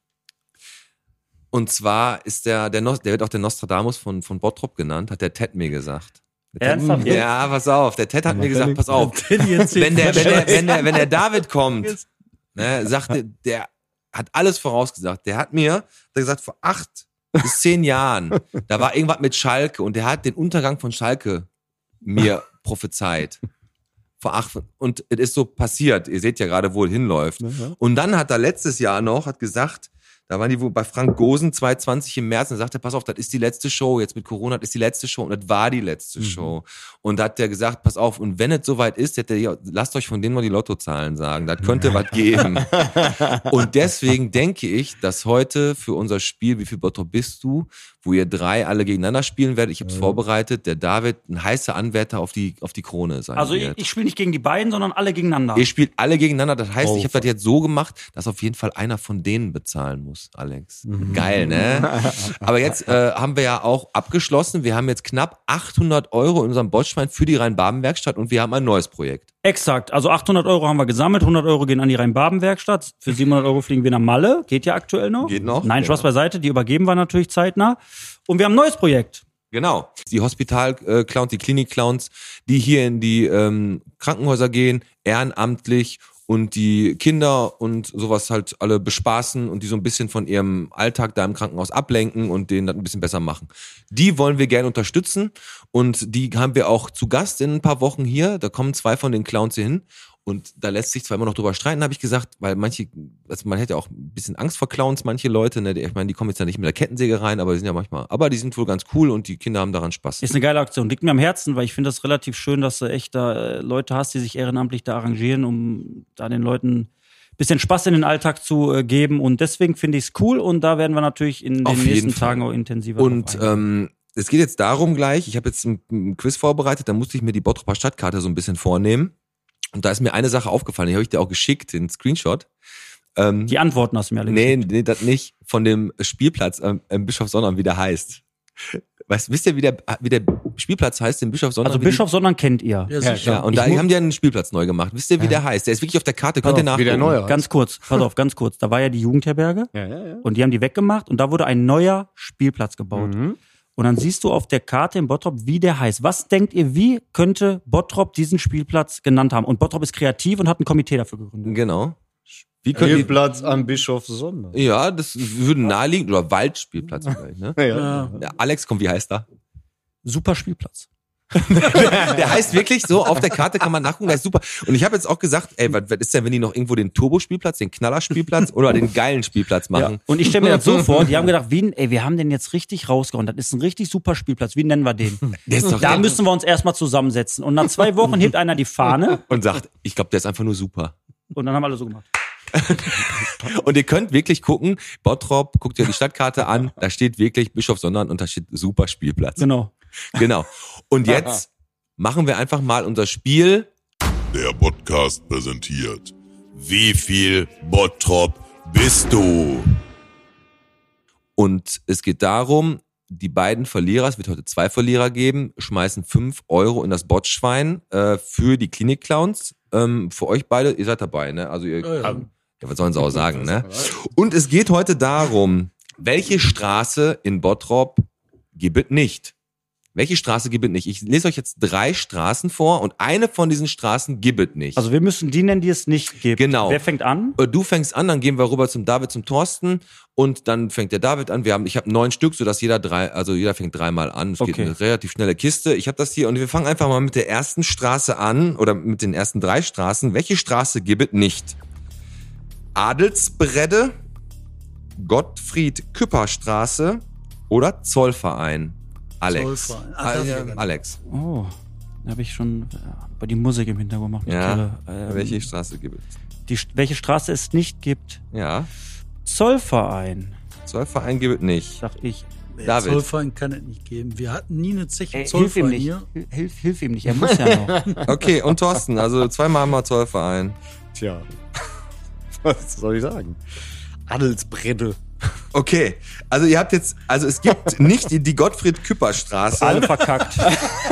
C: Und zwar ist der, der, Nos, der wird auch der Nostradamus von, von Bottrop genannt, hat der Ted mir gesagt. Der Ted-
D: Ernsthaft jetzt?
C: Ja, pass auf, der Ted hat mir gesagt, pass auf, wenn
G: Wenn
C: der, wenn der, wenn der, wenn der David kommt, ne, sagte, der hat alles vorausgesagt. Der hat mir, hat er gesagt, vor acht bis zehn Jahren, da war irgendwas mit Schalke und der hat den Untergang von Schalke mir prophezeit. Vor acht, und es ist so passiert. Ihr seht ja gerade, wo es hinläuft.
I: Ne,
C: Und dann hat er letztes Jahr noch, hat gesagt, da waren die wohl bei Frank Gosen 2020 im März und sagte, pass auf, das ist die letzte Show, jetzt mit Corona, das ist die letzte Show und das war die letzte
D: Mhm.
C: Show. Und da hat der gesagt, pass auf, und wenn es soweit ist, hätte er, lasst euch von denen mal die Lottozahlen sagen, das könnte was geben. Und deswegen denke ich, dass heute für unser Spiel, wie viel Bottrop bist du, wo ihr drei alle gegeneinander spielen werdet, ich
D: Mhm.
C: habe es vorbereitet, der David ein heißer Anwärter auf die, auf die Krone sein
D: Also ich,
C: wird.
D: ich spiele nicht gegen die beiden, sondern alle gegeneinander.
C: Ihr spielt alle gegeneinander. Das heißt, ich
H: Oh,
C: habe das jetzt so gemacht, dass auf jeden Fall einer von denen bezahlen muss, Alex. Geil, ne? Aber jetzt äh, haben wir ja auch abgeschlossen. Wir haben jetzt knapp 800 Euro in unserem Botschwein für die Rhein-Baben-Werkstatt und wir haben ein neues Projekt.
D: Exakt. Also 800 Euro haben wir gesammelt, 100 Euro gehen an die Rhein-Baben-Werkstatt. Für 700 Euro fliegen wir nach Malle. Geht ja aktuell noch.
C: Geht noch,
D: Nein, Spaß
C: genau.
D: beiseite. Die übergeben wir natürlich zeitnah. Und wir haben ein neues Projekt.
C: Genau. Die Hospital-Clowns, die Klinik-Clowns, die hier in die ähm, Krankenhäuser gehen, ehrenamtlich und die Kinder und sowas halt alle bespaßen und die so ein bisschen von ihrem Alltag da im Krankenhaus ablenken und denen das ein bisschen besser machen. Die wollen wir gerne unterstützen und die haben wir auch zu Gast in ein paar Wochen hier. Da kommen zwei von den Clowns hier hin. Und da lässt sich zwar immer noch drüber streiten, habe ich gesagt, weil manche, also man hätte ja auch ein bisschen Angst vor Clowns, manche Leute, ne, die- ich meine, die kommen jetzt ja nicht mit der Kettensäge rein, aber die sind ja manchmal, aber die sind wohl ganz cool und die Kinder haben daran Spaß.
D: Ist eine geile Aktion. Liegt mir am Herzen, weil ich finde das relativ schön, dass du echt da äh, Leute hast, die sich ehrenamtlich da arrangieren, um da den Leuten ein bisschen Spaß in den Alltag zu äh, geben. Und deswegen finde ich es cool. Und da werden wir natürlich in
C: Auf
D: den nächsten
C: jeden Fall.
D: Tagen auch intensiver
C: Und
D: drauf eingehen.
C: ähm, es geht jetzt darum gleich, ich habe jetzt ein, ein Quiz vorbereitet, da musste ich mir die Bottroper Stadtkarte so ein bisschen vornehmen. Und da ist mir eine Sache aufgefallen, die habe ich dir auch geschickt, den Screenshot. Ähm,
D: die Antworten hast du mir alle
C: nee,
D: nee.
C: nee, das nicht. Von dem Spielplatz ähm, im Bischof Sonnern, wie der heißt. Weißt, wisst ihr, wie der, wie der Spielplatz heißt im Bischof Sonnern?
D: Also
C: wie die-
D: Bischof Sondern kennt ihr.
G: Ja, sicher.
C: Ja, und
D: Ich
C: da
D: mu- Oh,
C: haben die einen Spielplatz neu gemacht. Wisst ihr, wie der heißt? Der ist wirklich auf der Karte, könnt ihr nachgucken.
I: Wieder neuer.
D: Ganz kurz, pass auf, ganz kurz. Da war ja die Jugendherberge
H: Ja, ja, ja.
D: und die haben die weggemacht und da wurde ein neuer Spielplatz gebaut.
C: Mhm.
D: Und dann siehst du auf der Karte in Bottrop, wie der heißt. Was denkt ihr, wie könnte Bottrop diesen Spielplatz genannt haben? Und Bottrop ist kreativ und hat ein Komitee dafür gegründet.
C: Genau. Wie können die,
I: Spielplatz am Bischof Sonder.
C: ja, das würde naheliegen. Oder Waldspielplatz vielleicht, ne?
G: Ja.
C: Ja, Alex, komm, wie heißt er?
D: Super Spielplatz.
C: Der heißt wirklich so, auf der Karte kann man nachgucken, das ist super. Und ich habe jetzt auch gesagt, ey, was, was ist denn, wenn die noch irgendwo den Turbo-Spielplatz, den Knallerspielplatz oder den geilen Spielplatz machen?
D: Und ich stelle mir das so vor, die haben gedacht, wen, ey, wir haben den jetzt richtig rausgehauen. Das ist ein richtig super Spielplatz. Wie nennen wir den?
C: Der ist doch
D: Da
C: der-
D: müssen wir uns erstmal zusammensetzen. Und nach zwei Wochen hebt einer die Fahne
C: und sagt, ich glaube, der ist einfach nur super.
D: und dann haben alle so gemacht.
C: Und ihr könnt wirklich gucken, Bottrop, guckt ihr die Stadtkarte an, da steht wirklich Bischof Sondern und da steht super Spielplatz.
D: Genau.
C: Genau. Und jetzt machen wir einfach mal unser Spiel.
A: Der Podcast präsentiert. Wie viel Bottrop bist du?
C: Und es geht darum, die beiden Verlierer, es wird heute zwei Verlierer geben, schmeißen fünf Euro in das Botschwein äh, für die Klinik-Clowns. Ähm, für euch beide, ihr seid dabei, ne? Also ihr,
G: Ja, ja.
C: ja, was sollen sie auch sagen, ne? Und es geht heute darum, welche Straße in Bottrop gibt es nicht? Welche Straße gibt es nicht? Ich lese euch jetzt drei Straßen vor und eine von diesen Straßen gibt es nicht.
D: Also wir müssen die nennen, die es nicht gibt.
C: Genau.
D: Wer fängt an?
C: Äh, du fängst an, dann gehen wir rüber zum David, zum Thorsten und dann fängt der David an. Wir haben, ich habe neun Stück, sodass jeder drei, also jeder fängt dreimal an. Es
D: Okay.
C: geht eine relativ schnelle Kiste. Ich habe das hier und wir fangen einfach mal mit der ersten Straße an oder mit den ersten drei Straßen. Welche Straße gibt es nicht? Adelsbredde, Gottfried-Küpper-Straße oder Zollverein? Alex.
G: Zollverein. Ah, das
C: Al-
G: wär-
C: Alex.
D: Oh, da habe ich schon bei die Musik im Hintergrund gemacht.
C: Ja.
D: Michaela. Ähm,
C: Welche Straße gibt es?
D: Die, welche Straße es nicht gibt?
C: Ja.
D: Zollverein,
C: Zollverein gibt es nicht.
D: sag ich.
C: David.
G: Zollverein kann es nicht geben. Wir hatten nie eine Zeche
D: Ey, hilf ihm
G: Zollverein
D: nicht.
G: hier.
D: Hil- Hilf, hilf ihm nicht, er muss ja noch.
C: Okay, und Thorsten, also zweimal haben wir Zollverein.
I: Tja. Was soll ich sagen? Adelsbredde.
C: Okay, also ihr habt jetzt, also es gibt nicht die, die
D: Alle
C: Gottfried-Küpper-Straße,
D: verkackt.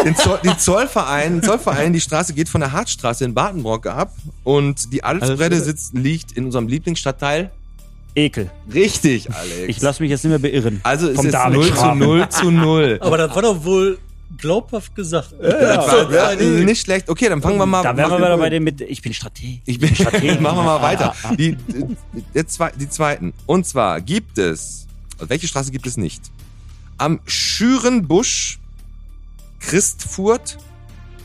C: den, Zoll, den Zollverein, den Zollverein, die Straße geht von der Hartstraße in Badenbrock ab und die Adelsbredde sitzt, liegt in unserem Lieblingsstadtteil.
D: Ekel.
C: Richtig, Alex.
D: Ich lasse mich jetzt nicht mehr beirren.
C: also es
D: vom
C: ist
D: David
C: 0 zu
D: Schraben.
C: 0 zu 0.
G: Aber das war doch wohl glaubhaft gesagt. äh,
C: Das war Also, nicht schlecht. Okay, dann fangen wir mal
D: Da wären wir
C: machen-
D: wieder bei dem mit, ich bin Strateg.
C: Ich bin
D: Strategen.
C: Machen wir mal weiter. Die, die, der zwei, die zweiten. Und zwar gibt es, welche Straße gibt es nicht? Am Schürenbusch, Christfurt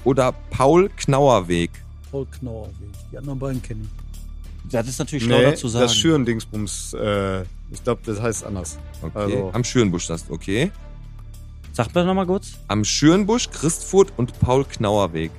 C: oder Paul-Knauer-Weg?
G: Paul Knauer. Die anderen beiden kenne ich.
D: Das ist natürlich schlau dazu sagen.
I: Das Schürendingsbums, äh, ich glaube, das heißt anders.
C: Okay.
I: Also-
C: Am Schürenbusch, das ist okay.
D: Sag mal nochmal kurz.
C: Am Schürenbusch, Christfurt und Paul-Knauer-Weg.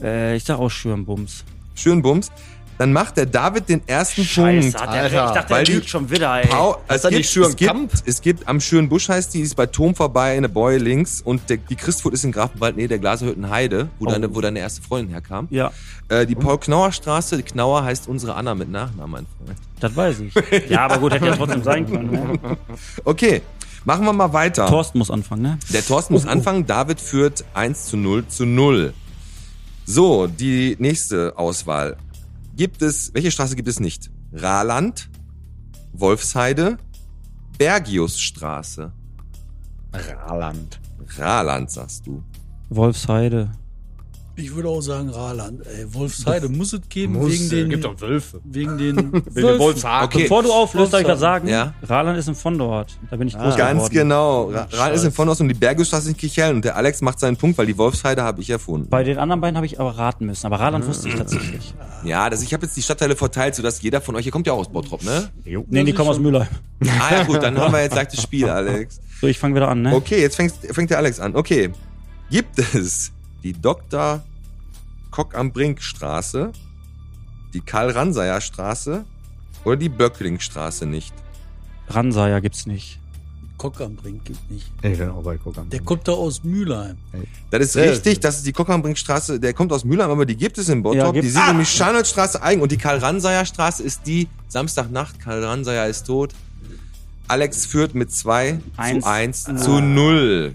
D: Äh, ich sag auch Schürmbums.
C: Schürenbums. Dann macht der David den ersten Punkt.
D: hat
I: Alter.
D: recht. Ich dachte,
C: Weil
D: der
C: die-
D: liegt schon wieder, ey.
C: Paul, Äh, es,
I: das
C: gibt,
I: nicht Schüren
C: es, gibt,
I: Kamp?
C: es gibt am schönen Busch heißt die, die ist bei Tom vorbei, eine Bäue links und der, die Christfurt ist in Grafenwald, nee, der Glashütten Heide, wo,
D: Oh.
C: deine, wo deine erste Freundin herkam.
D: Ja,
C: Äh, die Paul-Knauer-Straße, die Knauer heißt unsere Anna mit Nachnamen, mein Freund.
D: das weiß ich. Ja, aber gut, hätte ja trotzdem sein können. Ne?
C: Okay, machen wir mal weiter.
D: Thorsten muss anfangen, ne?
C: Der Thorsten muss anfangen, David führt 1 zu 0 zu 0. So, die nächste Auswahl. Gibt es, welche Straße gibt es nicht? Rahland, Wolfsheide, Bergiusstraße.
I: Raland.
C: Rahland, sagst du.
D: Wolfsheide.
G: Ich würde auch sagen Raaland. Ey, Wolfsheide muss es geben wegen den.
I: Gibt doch Wölfe.
G: Wegen den.
I: Wegen
G: Wölfen.
I: Wolfshagen.
C: Okay.
D: Bevor du auflöst, darf ich was sagen?
C: Ja.
D: Raland ist im Fondort. Da bin ich groß
C: Ah. Ganz
D: geworden.
C: genau. Ra- Rahland ist
I: Scheiße.
C: in Vornost und die Bergiusstraße in Kichellen und der Alex macht seinen Punkt, weil die Wolfsheide habe ich erfunden.
D: Bei den anderen beiden habe ich aber raten müssen. Aber Raland wusste ich tatsächlich.
C: Ah. Ja, das, ich habe jetzt die Stadtteile verteilt, sodass jeder von euch, ihr kommt ja auch aus Bottrop, ne?
D: Nee, die kommen aus Mülheim.
C: Ah ja gut, dann haben wir jetzt leichtes Spiel, Alex.
D: So, ich fange wieder an, ne?
C: Okay, jetzt fängst, fängt der Alex an. Okay, gibt es die Dr. Kock am Brink Straße, die Karl-Ranseier Straße oder die Böckling Straße nicht?
D: Ransaya gibt's nicht.
G: Kock am Brink gibt nicht.
I: Ich bin auch bei Kokan.
G: Der kommt da aus Mülheim.
C: Das ist
I: Sehr
C: richtig,
I: schön.
C: das ist die Kockernbrinkstraße, der kommt aus Mülheim, aber die gibt es in Bottrop.
D: Ja, gibt-
C: die sind
D: Ah!
C: nämlich Scharnoldstraße eigen und die Karl-Ranseier-Straße ist die Samstagnacht, Karl-Ranseier ist tot. Alex führt mit 2
D: Eins.
C: zu
D: Ah.
C: 1 zu 0.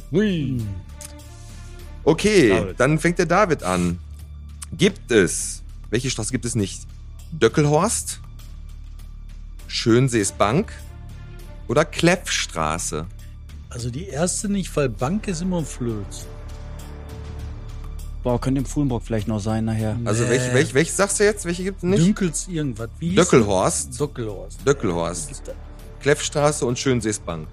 C: Okay,
I: David.
C: dann fängt der David an. Gibt es, welche Straße gibt es nicht? Döckelhorst, Schönsees Bank oder Kleffstraße?
G: Also die erste nicht, weil Bank ist immer ein Flöz.
D: Boah, könnte im Fuhlenbrock vielleicht noch sein nachher.
C: Also,
G: Nee.
C: welche, welche, welche sagst du jetzt? Welche gibt es nicht?
G: Dünkels irgendwas. Wie hieß
C: Döckelhorst.
G: das? Döckelhorst.
C: Döckelhorst.
G: Gibt da-
C: Kleffstraße und Schönseesbank.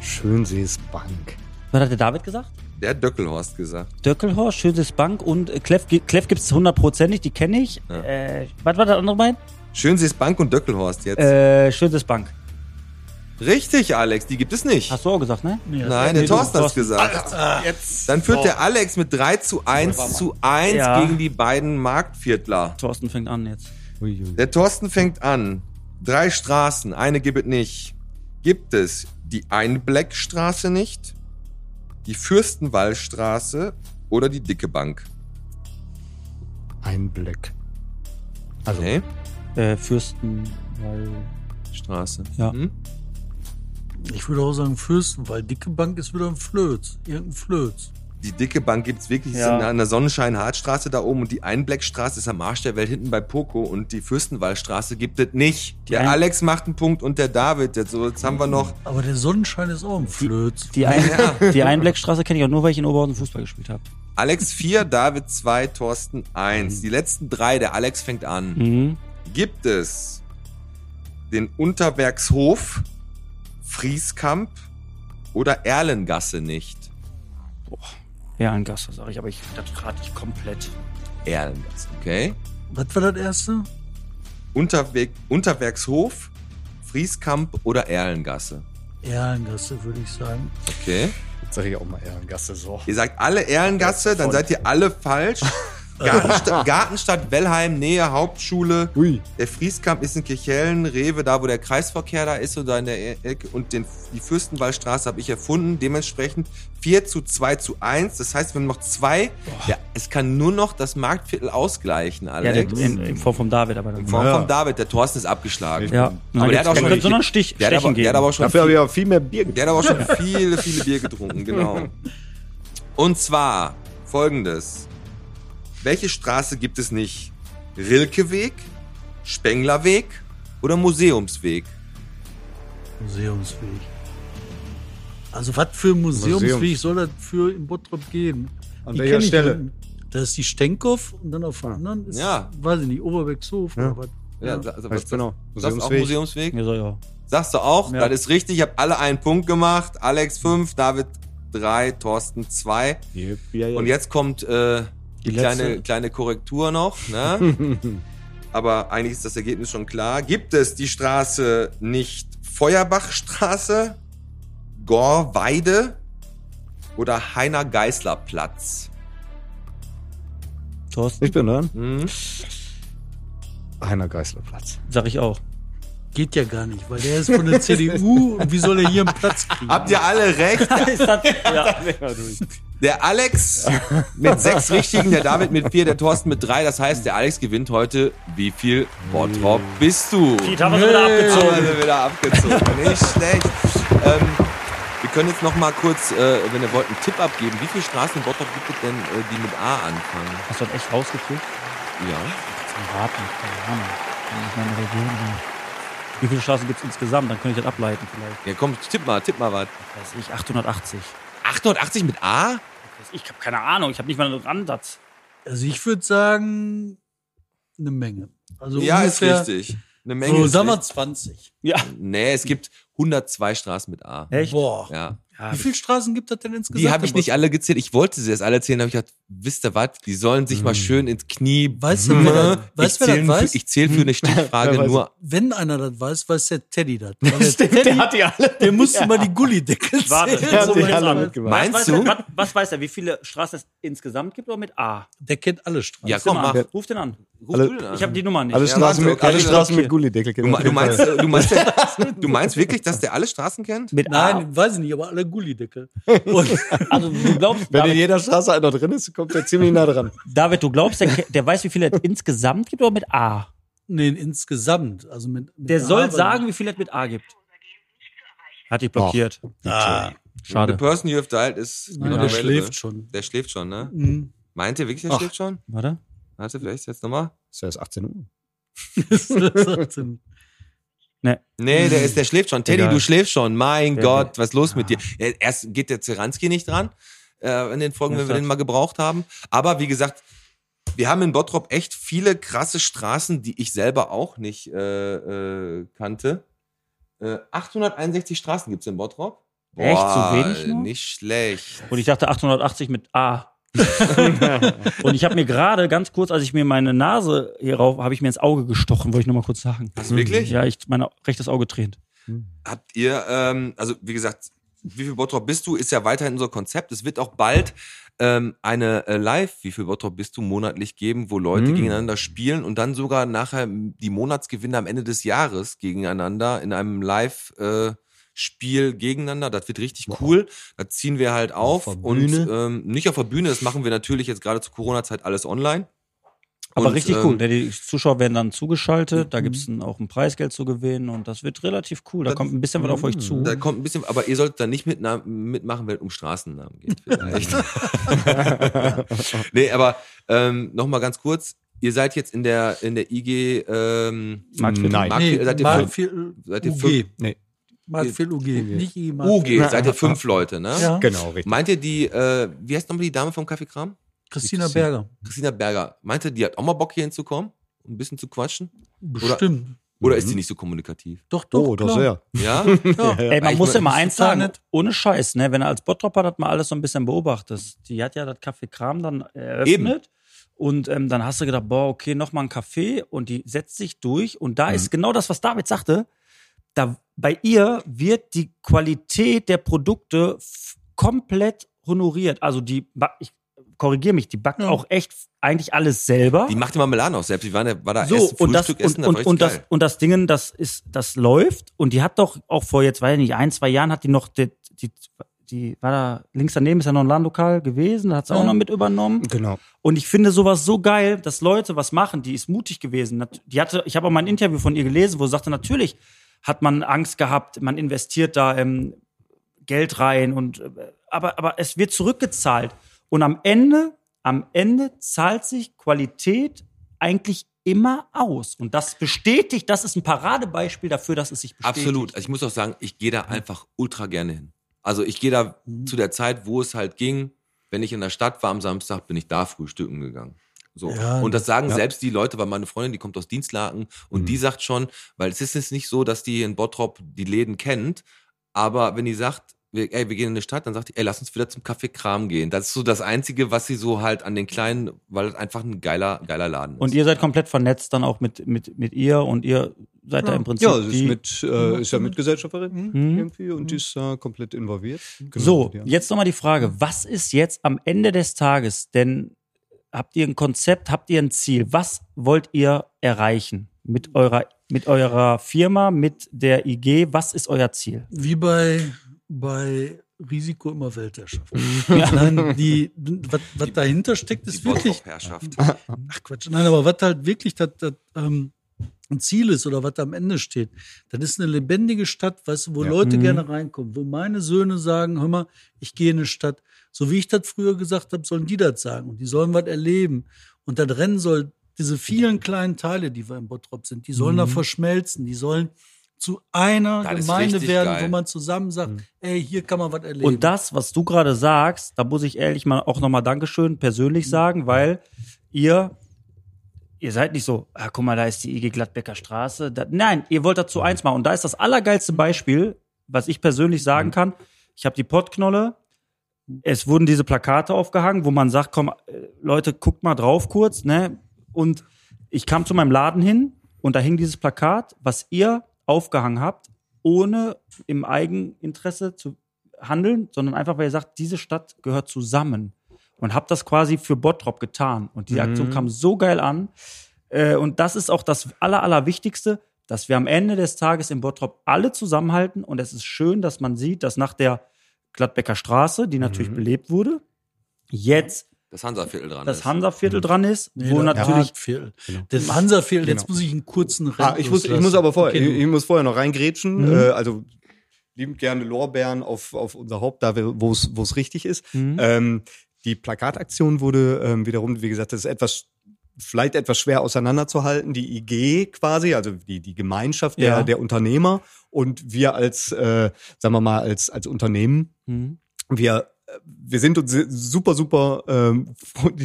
I: Schönsees Bank.
D: Was hat der David gesagt?
C: Der hat Döckelhorst gesagt.
D: Döckelhorst, Schönes Bank und äh, Clef, Clef gibt's hundertprozentig, die kenne ich.
C: Ja.
D: Äh, was war das andere Bein?
C: Schönseesbank und Döckelhorst jetzt.
D: Äh, Schönes Bank.
C: Richtig, Alex, die gibt es nicht.
D: Hast du auch gesagt, ne?
G: Nee, das-
C: Nein, der
D: Nee, du-
C: Thorsten hat's
D: Thorsten.
C: gesagt. Dann führt der Alex mit 3 zu 1 zu 1
D: Ja.
C: gegen die beiden Marktviertler.
D: Thorsten fängt an jetzt.
C: Der Thorsten fängt an. Drei Straßen, eine gibt es nicht. Gibt es die Einbleckstraße nicht, die Fürstenwallstraße oder die Dicke Bank?
I: Ein Black. Also,
C: Okay,
D: Äh, Fürsten, weil.
C: Straße.
D: Ja.
C: Hm?
G: Ich würde auch sagen Fürsten, weil dicke Bank ist wieder ein Flöz. Irgendein Flöz.
C: die dicke Bank gibt's wirklich die ist
D: Ja.
C: in- an der Sonnenschein-Hartstraße da oben und die Einbleckstraße ist am Arsch der Welt hinten bei Poco und die Fürstenwaldstraße gibt es nicht. Der
D: Ein-
C: Alex macht einen Punkt und der David. Jetzt, so, jetzt haben wir noch.
G: Aber der Sonnenschein ist auch ein Flöz.
D: Die, ein die Einbleckstraße kenne ich auch nur, weil ich in Oberhausen Fußball gespielt habe.
C: Alex 4, David 2, Thorsten 1. Die letzten drei, der Alex fängt an.
D: Mhm.
C: Gibt es den Unterbergshof, Frieskamp oder Erlengasse nicht?
D: Ja, ein Gast, sag ich, aber ich, das rate ich komplett.
C: Erlengasse, okay.
G: Was war das erste?
C: Unterweg, Unterbergshof, Frieskamp oder Erlengasse?
G: Erlengasse, würde ich sagen.
C: Okay.
I: Jetzt sag ich auch mal Ehrengasse so.
C: Ihr sagt alle Ehrengasse, dann seid ihr alle falsch. Gartensta Gartenstadt Wellheim, Nähe Hauptschule.
I: Ui.
C: Der Frieskamp ist in Kirchhellen, Rewe, da wo der Kreisverkehr da ist und da in der E- Ecke. Und den, die Fürstenwaldstraße habe ich erfunden. Dementsprechend 4 zu 2 zu 1. Das heißt, wir haben noch zwei. Ja, es kann nur noch das Marktviertel ausgleichen,
D: Ja, der,
C: Alex.
D: in, in Form vom David, aber dann.
C: in Form
I: Ja.
C: von David, der Thorsten ist abgeschlagen.
D: Ja, Und dann
C: Aber der hat
D: gibt's-
C: auch schon
D: dann so einen Stich,
C: Der, hat
D: Stechen
C: aber, der hat
D: geben.
C: aber auch schon
I: Dafür
C: viel-
I: habe ich aber viel mehr Bier
C: der hat aber schon viele, viele Bier getrunken, genau. Und zwar folgendes. Welche Straße gibt es nicht? Rilkeweg, Spenglerweg oder Museumsweg?
G: Museumsweg. Also was für ein Museumsweg
I: Museums-
G: soll das für in Bottrop geben?
I: An
G: Die
I: welcher
G: kenn ich
I: Stelle?
G: unten. Das ist die Stenkow und dann auf der anderen ist,
C: Ja.
G: weiß ich nicht, Oberbeckshof
I: Ja.
G: oder was.
C: Ja,
G: Ja.
C: sa- sa-
I: Heißt
C: was-
I: genau.
C: Sagst du auch
I: Museumsweg.
C: Museumsweg?
D: Ja, so, ja.
C: Sagst du auch,
D: Ja.
C: das ist richtig. Ich habe alle einen Punkt gemacht. Alex 5, David 3, Thorsten 2.
I: Yep, ja, ja.
C: Und jetzt kommt äh, die,
D: Die
C: kleine,
D: letzte.
C: kleine Korrektur noch. Ne? Aber eigentlich ist das Ergebnis schon klar. Gibt es die Straße nicht Feuerbachstraße, Gorweide oder Heiner Geißler Platz?
D: Thorsten,
I: Ich bin dran.
C: Hm?
I: Heiner Geißler Platz.
D: sag ich auch.
G: Geht ja gar nicht, weil der ist von der CDU und wie soll er hier einen Platz kriegen?
C: Habt ihr alle recht?
D: ja.
C: Der Alex mit sechs richtigen, der David mit vier, der Thorsten mit drei. Das heißt, der Alex gewinnt heute. Wie viel Bottrop bist du?
D: Die haben wir so wieder
C: Haben wir
D: abgezogen.
C: sie wieder abgezogen. Nicht schlecht. Ähm, wir können jetzt noch mal kurz, äh, wenn ihr wollt, einen Tipp abgeben. Wie viele Straßen in Bottrop gibt es denn, äh, die mit A anfangen?
D: Hast du das echt rausgekriegt?
C: Ja.
D: Zum Raten, keine Ahnung. Kann ich meine Region hier. Wie viele Straßen gibt's insgesamt? Dann könnte ich das ableiten vielleicht.
C: Ja, komm, tipp mal, tipp mal was.
D: Weiß ich, 880.
C: 880 mit A?
D: Weiß Ich habe keine Ahnung, ich habe nicht mal einen Randsatz.
G: Also ich würde sagen, eine Menge. Also
C: ja, ist
G: ungefähr,
C: richtig. Eine Menge.
G: So,
C: ist
G: sagen wir
C: richtig.
G: 20.
D: Ja.
C: nee, es gibt 102 Straßen mit A.
D: Echt?
G: Boah.
C: Ja.
G: Wie viele Straßen gibt das denn insgesamt?
C: Die habe ich nicht alle gezählt. Ich wollte sie erst alle zählen, aber ich dachte, wisst ihr was? Die sollen sich mal schön ins Knie.
G: Hm. Weißt du, wer
C: ich
G: das- weißt du, wer das
C: zähle
G: weiß?
C: für, ich zähl für eine Stichfrage
I: Wer weiß
C: nur.
G: Wenn einer das weiß, weiß der Teddy das. Weil Der, Teddy,
I: die alle.
G: der musste mal die Gullideckel
D: Warte,
G: zählen.
I: Der hat
D: so
I: die
D: jetzt
I: alle
D: an.
I: mitgemacht.
C: Meinst
D: was, weiß
C: du?
D: Er, was, was weiß er, wie viele Straßen es insgesamt gibt oder mit A?
G: Der kennt alle Straßen.
C: Ja, komm,
D: Ruf den
C: mach. Also,
D: an. Ruf den an.
C: Ruf
I: Alle-
C: du denn an.
D: Ich habe die Nummer nicht.
I: Alle
C: Ja,
I: Straßen
C: warte,
I: mit,
C: okay,
I: alle
C: okay.
I: Straßen mit Gullideckel.
C: Du, me- du, meinst, du, meinst, du meinst wirklich, dass der alle Straßen kennt?
D: mit
G: Nein, weiß ich nicht, aber alle Gullideckel.
D: A. Also du glaubst,
I: Wenn in
D: David,
I: jeder Straße einer drin ist, kommt der ziemlich nah dran.
D: David, du glaubst, der, ke- der weiß, wie viele es insgesamt gibt oder mit A?
G: Nee, insgesamt. Also mit, mit
D: Der soll
G: A,
D: sagen, wie viel es mit A gibt. Hat dich blockiert.
G: Ah,
C: The
D: Schade.
C: person you have dialed ist.
G: nein, der schläft schon.
C: Der schläft schon, ne?
G: Mhm.
C: Meint ihr wirklich, der
I: Ach.
C: schläft schon?
D: Warte.
C: Warte, vielleicht jetzt nochmal?
I: Ist ja erst 18 Uhr.
G: Das ist ein-
C: Nee, der, ist, der schläft schon. Teddy,
D: Hm. Egal.
C: du schläfst schon. Mein
D: Der-
C: Gott, was ist los mit
D: Ja. Ah.
C: dir? Ja, Erst geht der Zeranski nicht dran äh, in den Folgen,
D: Ja,
C: wenn wir
D: das-
C: den mal gebraucht haben. Aber wie gesagt, wir haben in Bottrop echt viele krasse Straßen, die ich selber auch nicht äh, äh, kannte. Äh, 861 Straßen gibt's in Bottrop.
D: Echt? So wenig nur?
C: Nicht schlecht.
D: Und ich dachte 880 mit A. und ich habe mir gerade ganz kurz, als ich mir meine Nase hierauf, habe ich mir ins Auge gestochen, wollte ich nochmal kurz sagen.
C: Hast du Also wirklich?
D: Ja, ich mein rechtes Auge tränt.
C: Habt ihr, ähm, also wie gesagt, wie viel Bottrop bist du, ist ja weiterhin unser Konzept. Es wird auch bald ähm, eine äh, Live, wie viel Bottrop bist du, monatlich geben, wo Leute
I: Mm.
C: gegeneinander spielen und dann sogar nachher die Monatsgewinner am Ende des Jahres gegeneinander in einem Live- äh, Spiel gegeneinander, das wird richtig cool. Da ziehen wir halt auf
I: Auf der
C: und
I: Bühne.
C: ähm, nicht auf der Bühne, das machen wir natürlich jetzt gerade zur Corona-Zeit alles online.
D: Aber
C: Und,
D: richtig
C: ähm, Mhm.
D: cool. Die Zuschauer werden dann zugeschaltet, da gibt's ein, auch ein Preisgeld zu gewinnen und das wird relativ cool. Da
C: Das-
D: kommt ein bisschen was auf euch zu.
C: Da kommt ein bisschen, aber ihr solltet da nicht mit, mitmachen, wenn es um Straßennamen geht. Vielleicht. nee, aber ähm, nochmal ganz kurz. Ihr seid jetzt in der, in der IG ähm,
D: Marktfeld.
I: Nein.
C: Marktfeld- seid ihr fünf,
G: Marktfeld
C: seid ihr
G: UG.
C: fünf,
I: Nee,
G: Marktfeld UG. Nicht IG Marktfeld.
C: UG, seid ihr fünf Leute, ne?
G: Ja.
I: genau, richtig.
C: Meint ihr die, äh, wie heißt nochmal die Dame vom Kaffeekram?
G: Christina Berger.
C: Christina Berger. Meint ihr, die hat auch mal Bock hier hinzukommen? um Ein bisschen zu quatschen?
G: Bestimmt.
C: Oder ist die nicht so kommunikativ?
G: Doch, doch.
I: Oh, doch
G: klar.
I: sehr.
C: Ja?
D: Ey, man
C: Ich
D: muss
C: mein,
D: ja mal
G: das ist
D: eins
G: total
D: sagen,
G: nett.
D: ohne Scheiß, ne? wenn du als Bottropper das mal alles so ein bisschen beobachtest, die hat ja das Café Kram dann eröffnet
C: Eben.
D: und ähm, dann hast du gedacht, boah, okay, nochmal ein Café und die setzt sich durch und
C: Mhm.
D: da ist genau das, was David sagte, da, bei ihr wird die Qualität der Produkte f- komplett honoriert. Also die, ba- ich korrigiere mich, die backt auch echt eigentlich alles selber
C: Die macht die Marmeladen auch selbst. Die waren ja, war da
D: so,
C: Essen,
D: und das,
C: Frühstück,
D: und,
C: Essen,
D: und,
C: das war richtig
D: und, das,
C: geil.
D: und das Dingen, das ist, das läuft. Und die hat doch auch vor jetzt, weiß ich nicht, ein, zwei Jahren hat die noch, die, die, die war da, links daneben ist ja noch ein Landlokal gewesen, da hat sie auch noch mit übernommen.
I: Genau.
D: Und ich finde sowas so geil, dass Leute was machen, die ist mutig gewesen. Nat- Die hatte, ich habe auch mal ein Interview von ihr gelesen, wo sie sagte, natürlich hat man Angst gehabt, man investiert da ähm, Geld rein und äh, aber, aber es wird zurückgezahlt. Und am Ende, am Ende zahlt sich Qualität eigentlich immer aus. Und das bestätigt, das ist ein Paradebeispiel dafür, dass es sich bestätigt.
C: Absolut. Also ich muss auch sagen, ich gehe da einfach ultra gerne hin. Also ich gehe da zu der Zeit, wo es halt ging, wenn ich in der Stadt war am Samstag, bin ich da frühstücken gegangen. So.
G: Ja.
C: und das sagen selbst die Leute, weil meine Freundin, die kommt aus Dienstlaken und die sagt schon, weil es ist jetzt nicht so, dass die in Bottrop die Läden kennt, aber wenn die sagt, wir, ey, wir gehen in die Stadt, dann sagt die, ey, lass uns wieder zum Café Kram gehen. Das ist so das Einzige, was sie so halt an den kleinen, weil es einfach ein geiler, geiler Laden ist.
D: Und ihr seid komplett vernetzt dann auch mit, mit, mit ihr und ihr seid da im Prinzip.
I: Ja, sie
D: die- Mhm.
I: ist, mit, äh, ist ja Mitgesellschafterin hm, irgendwie und die ist da komplett involviert. Genau,
D: So,
I: ja. Mhm.
D: jetzt nochmal die Frage, was ist jetzt am Ende des Tages denn, habt ihr ein Konzept, habt ihr ein Ziel? Was wollt ihr erreichen
I: Mhm.
D: mit eurer, mit eurer Firma, mit der IG? Was ist euer Ziel?
G: Wie bei, bei Risiko immer Weltherrschaft. Nein, die, was, was dahinter steckt,
C: die
G: ist wirklich.
C: Bottrop-Herrschaft.
G: Ach Quatsch. Nein, aber was halt wirklich das, das, ähm, ein Ziel ist oder was da am Ende steht, das ist eine lebendige Stadt, weißt du, wo Leute
I: Mhm.
G: gerne reinkommen, wo meine Söhne sagen, hör mal, ich gehe in eine Stadt. So wie ich das früher gesagt habe, sollen die das sagen und die sollen was erleben. Und das Rennen soll, diese vielen kleinen Teile, die wir im Bottrop sind, die sollen da
I: Mhm.
G: verschmelzen, die sollen zu einer
C: Das ist
G: Gemeinde
C: richtig
G: werden,
C: geil.
G: wo man zusammen
I: Mhm.
G: sagt, ey, hier kann man was erleben.
D: Und das, was du gerade sagst, da muss ich ehrlich mal auch nochmal Dankeschön persönlich sagen, weil ihr, ihr seid nicht so, ah, guck mal, da ist die IG Gladbecker Straße. Da, nein, ihr wollt dazu eins machen. Und da ist das allergeilste Beispiel, was ich persönlich sagen kann. Ich habe die Pottknolle. Es wurden diese Plakate aufgehangen, wo man sagt, komm, äh, Leute, guckt mal drauf kurz, ne? Und ich kam zu meinem Laden hin und da hing dieses Plakat, was ihr aufgehangen habt, ohne im Eigeninteresse zu handeln, sondern einfach, weil ihr sagt, diese Stadt gehört zusammen. Und habt das quasi für Bottrop getan. Und die Aktion kam so geil an. Äh, und das ist auch das Aller, Allerwichtigste, dass wir am Ende des Tages in Bottrop alle zusammenhalten. Und es ist schön, dass man sieht, dass nach der Gladbecker Straße, die natürlich belebt wurde, jetzt
C: Das Hansa-Viertel dran
D: das
C: ist.
D: Hansa-Viertel dran ist,
G: Nee,
D: wo
G: das
D: natürlich
G: Hartviertel. Das Hansa-Viertel, jetzt
I: Genau.
G: muss ich einen kurzen
I: Ah,
G: Rand
I: ich, muss, ich
G: loslassen.
I: muss aber vorher,
G: Okay,
I: ich, ich muss vorher noch reingrätschen.
D: Mhm.
I: Äh, also liebend gerne Lorbeeren auf, auf unser Haupt, da wir- wo es wo es richtig ist.
D: Mhm.
I: Ähm, die Plakataktion wurde ähm, wiederum, wie gesagt, das ist etwas vielleicht etwas schwer auseinanderzuhalten, die IG quasi, also die, die Gemeinschaft der,
D: Ja.
I: der Unternehmer und wir als, äh, sagen wir mal, als, als Unternehmen
D: Mhm.
I: wir, äh, wir sind uns super, super ähm,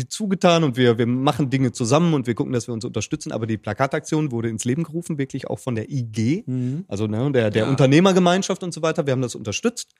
I: zugetan und wir, wir machen Dinge zusammen und wir gucken, dass wir uns unterstützen. Aber die Plakataktion wurde ins Leben gerufen, wirklich auch von der IG, also ne, der, der
C: Ja.
I: Unternehmergemeinschaft und so weiter. Wir haben das unterstützt.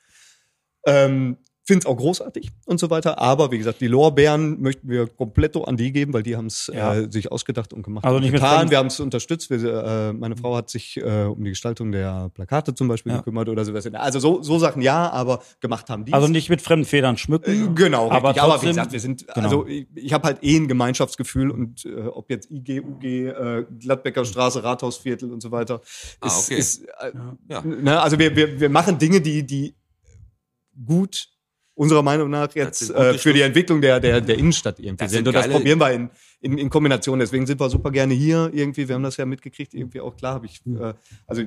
I: Ähm, Finde es auch großartig und so weiter. Aber wie gesagt, die Lorbeeren möchten wir komplett an die geben, weil die haben es
D: Ja.
I: äh, sich ausgedacht und gemacht.
D: Also
I: und
D: nicht mit
I: getan.
D: fremden-
I: Wir haben es unterstützt. Wir, äh, meine Frau hat sich äh, um die Gestaltung der Plakate zum Beispiel
D: Ja.
I: gekümmert oder so. was. Also so, so Sachen ja, aber gemacht haben die.
D: also nicht mit fremden Federn schmücken.
I: Genau,
D: Aber
I: aber, richtig. aber wie
D: trotzdem-
I: gesagt, wir sind,
D: Genau.
I: also ich, ich habe halt eh ein Gemeinschaftsgefühl und äh, ob jetzt IG, UG, äh, Gladbecker Straße, Rathausviertel und so weiter, ist,
C: Ah, okay.
I: ist äh,
C: Ja.
I: ne, also wir, wir, wir machen Dinge, die, die gut unserer Meinung nach
C: sind
I: jetzt
C: gute
I: äh, für die Entwicklung der, der, der Innenstadt irgendwie
C: Das
I: sind.
C: sind
I: Und das
C: geile-
I: probieren wir in, in, in Kombination. Deswegen sind wir super gerne hier irgendwie. Wir haben das ja mitgekriegt, irgendwie auch klar habe ich.
D: Hm.
I: Äh, also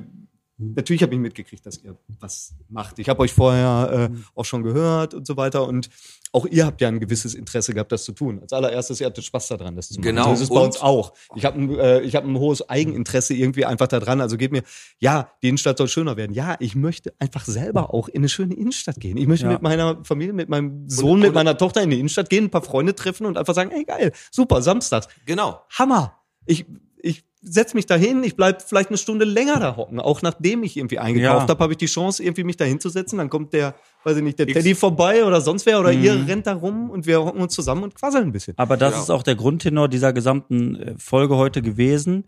I: natürlich habe ich mitgekriegt, dass ihr was macht. Ich habe euch vorher äh, auch schon gehört und so weiter. Und auch ihr habt ja ein gewisses Interesse gehabt, das zu tun. Als allererstes, ihr hattet Spaß daran, das zu machen.
C: Genau.
I: So ist es bei
C: Und-
I: uns auch. Ich habe ein, äh, ich hab ein hohes Eigeninteresse irgendwie einfach daran. Also geht mir, ja, die Innenstadt soll schöner werden. Ja, ich möchte einfach selber auch in eine schöne Innenstadt gehen. Ich möchte
D: Ja.
I: mit meiner Familie, mit meinem Sohn, mit meiner Tochter in die Innenstadt gehen, ein paar Freunde treffen und einfach sagen, ey geil, super, samstags.
C: Genau.
I: Hammer. Ich, ich setz mich dahin, ich bleib vielleicht eine Stunde länger da hocken. Auch nachdem ich irgendwie eingekauft
D: Ja.
I: habe, habe ich die Chance, irgendwie mich da hinzusetzen. Dann kommt der, weiß ich nicht, der Teddy vorbei oder sonst wer oder
C: Mhm.
I: ihr rennt da rum und wir hocken uns zusammen und quasseln ein bisschen.
D: Aber das
C: Ja.
D: ist auch der Grundtenor dieser gesamten äh, Folge heute gewesen.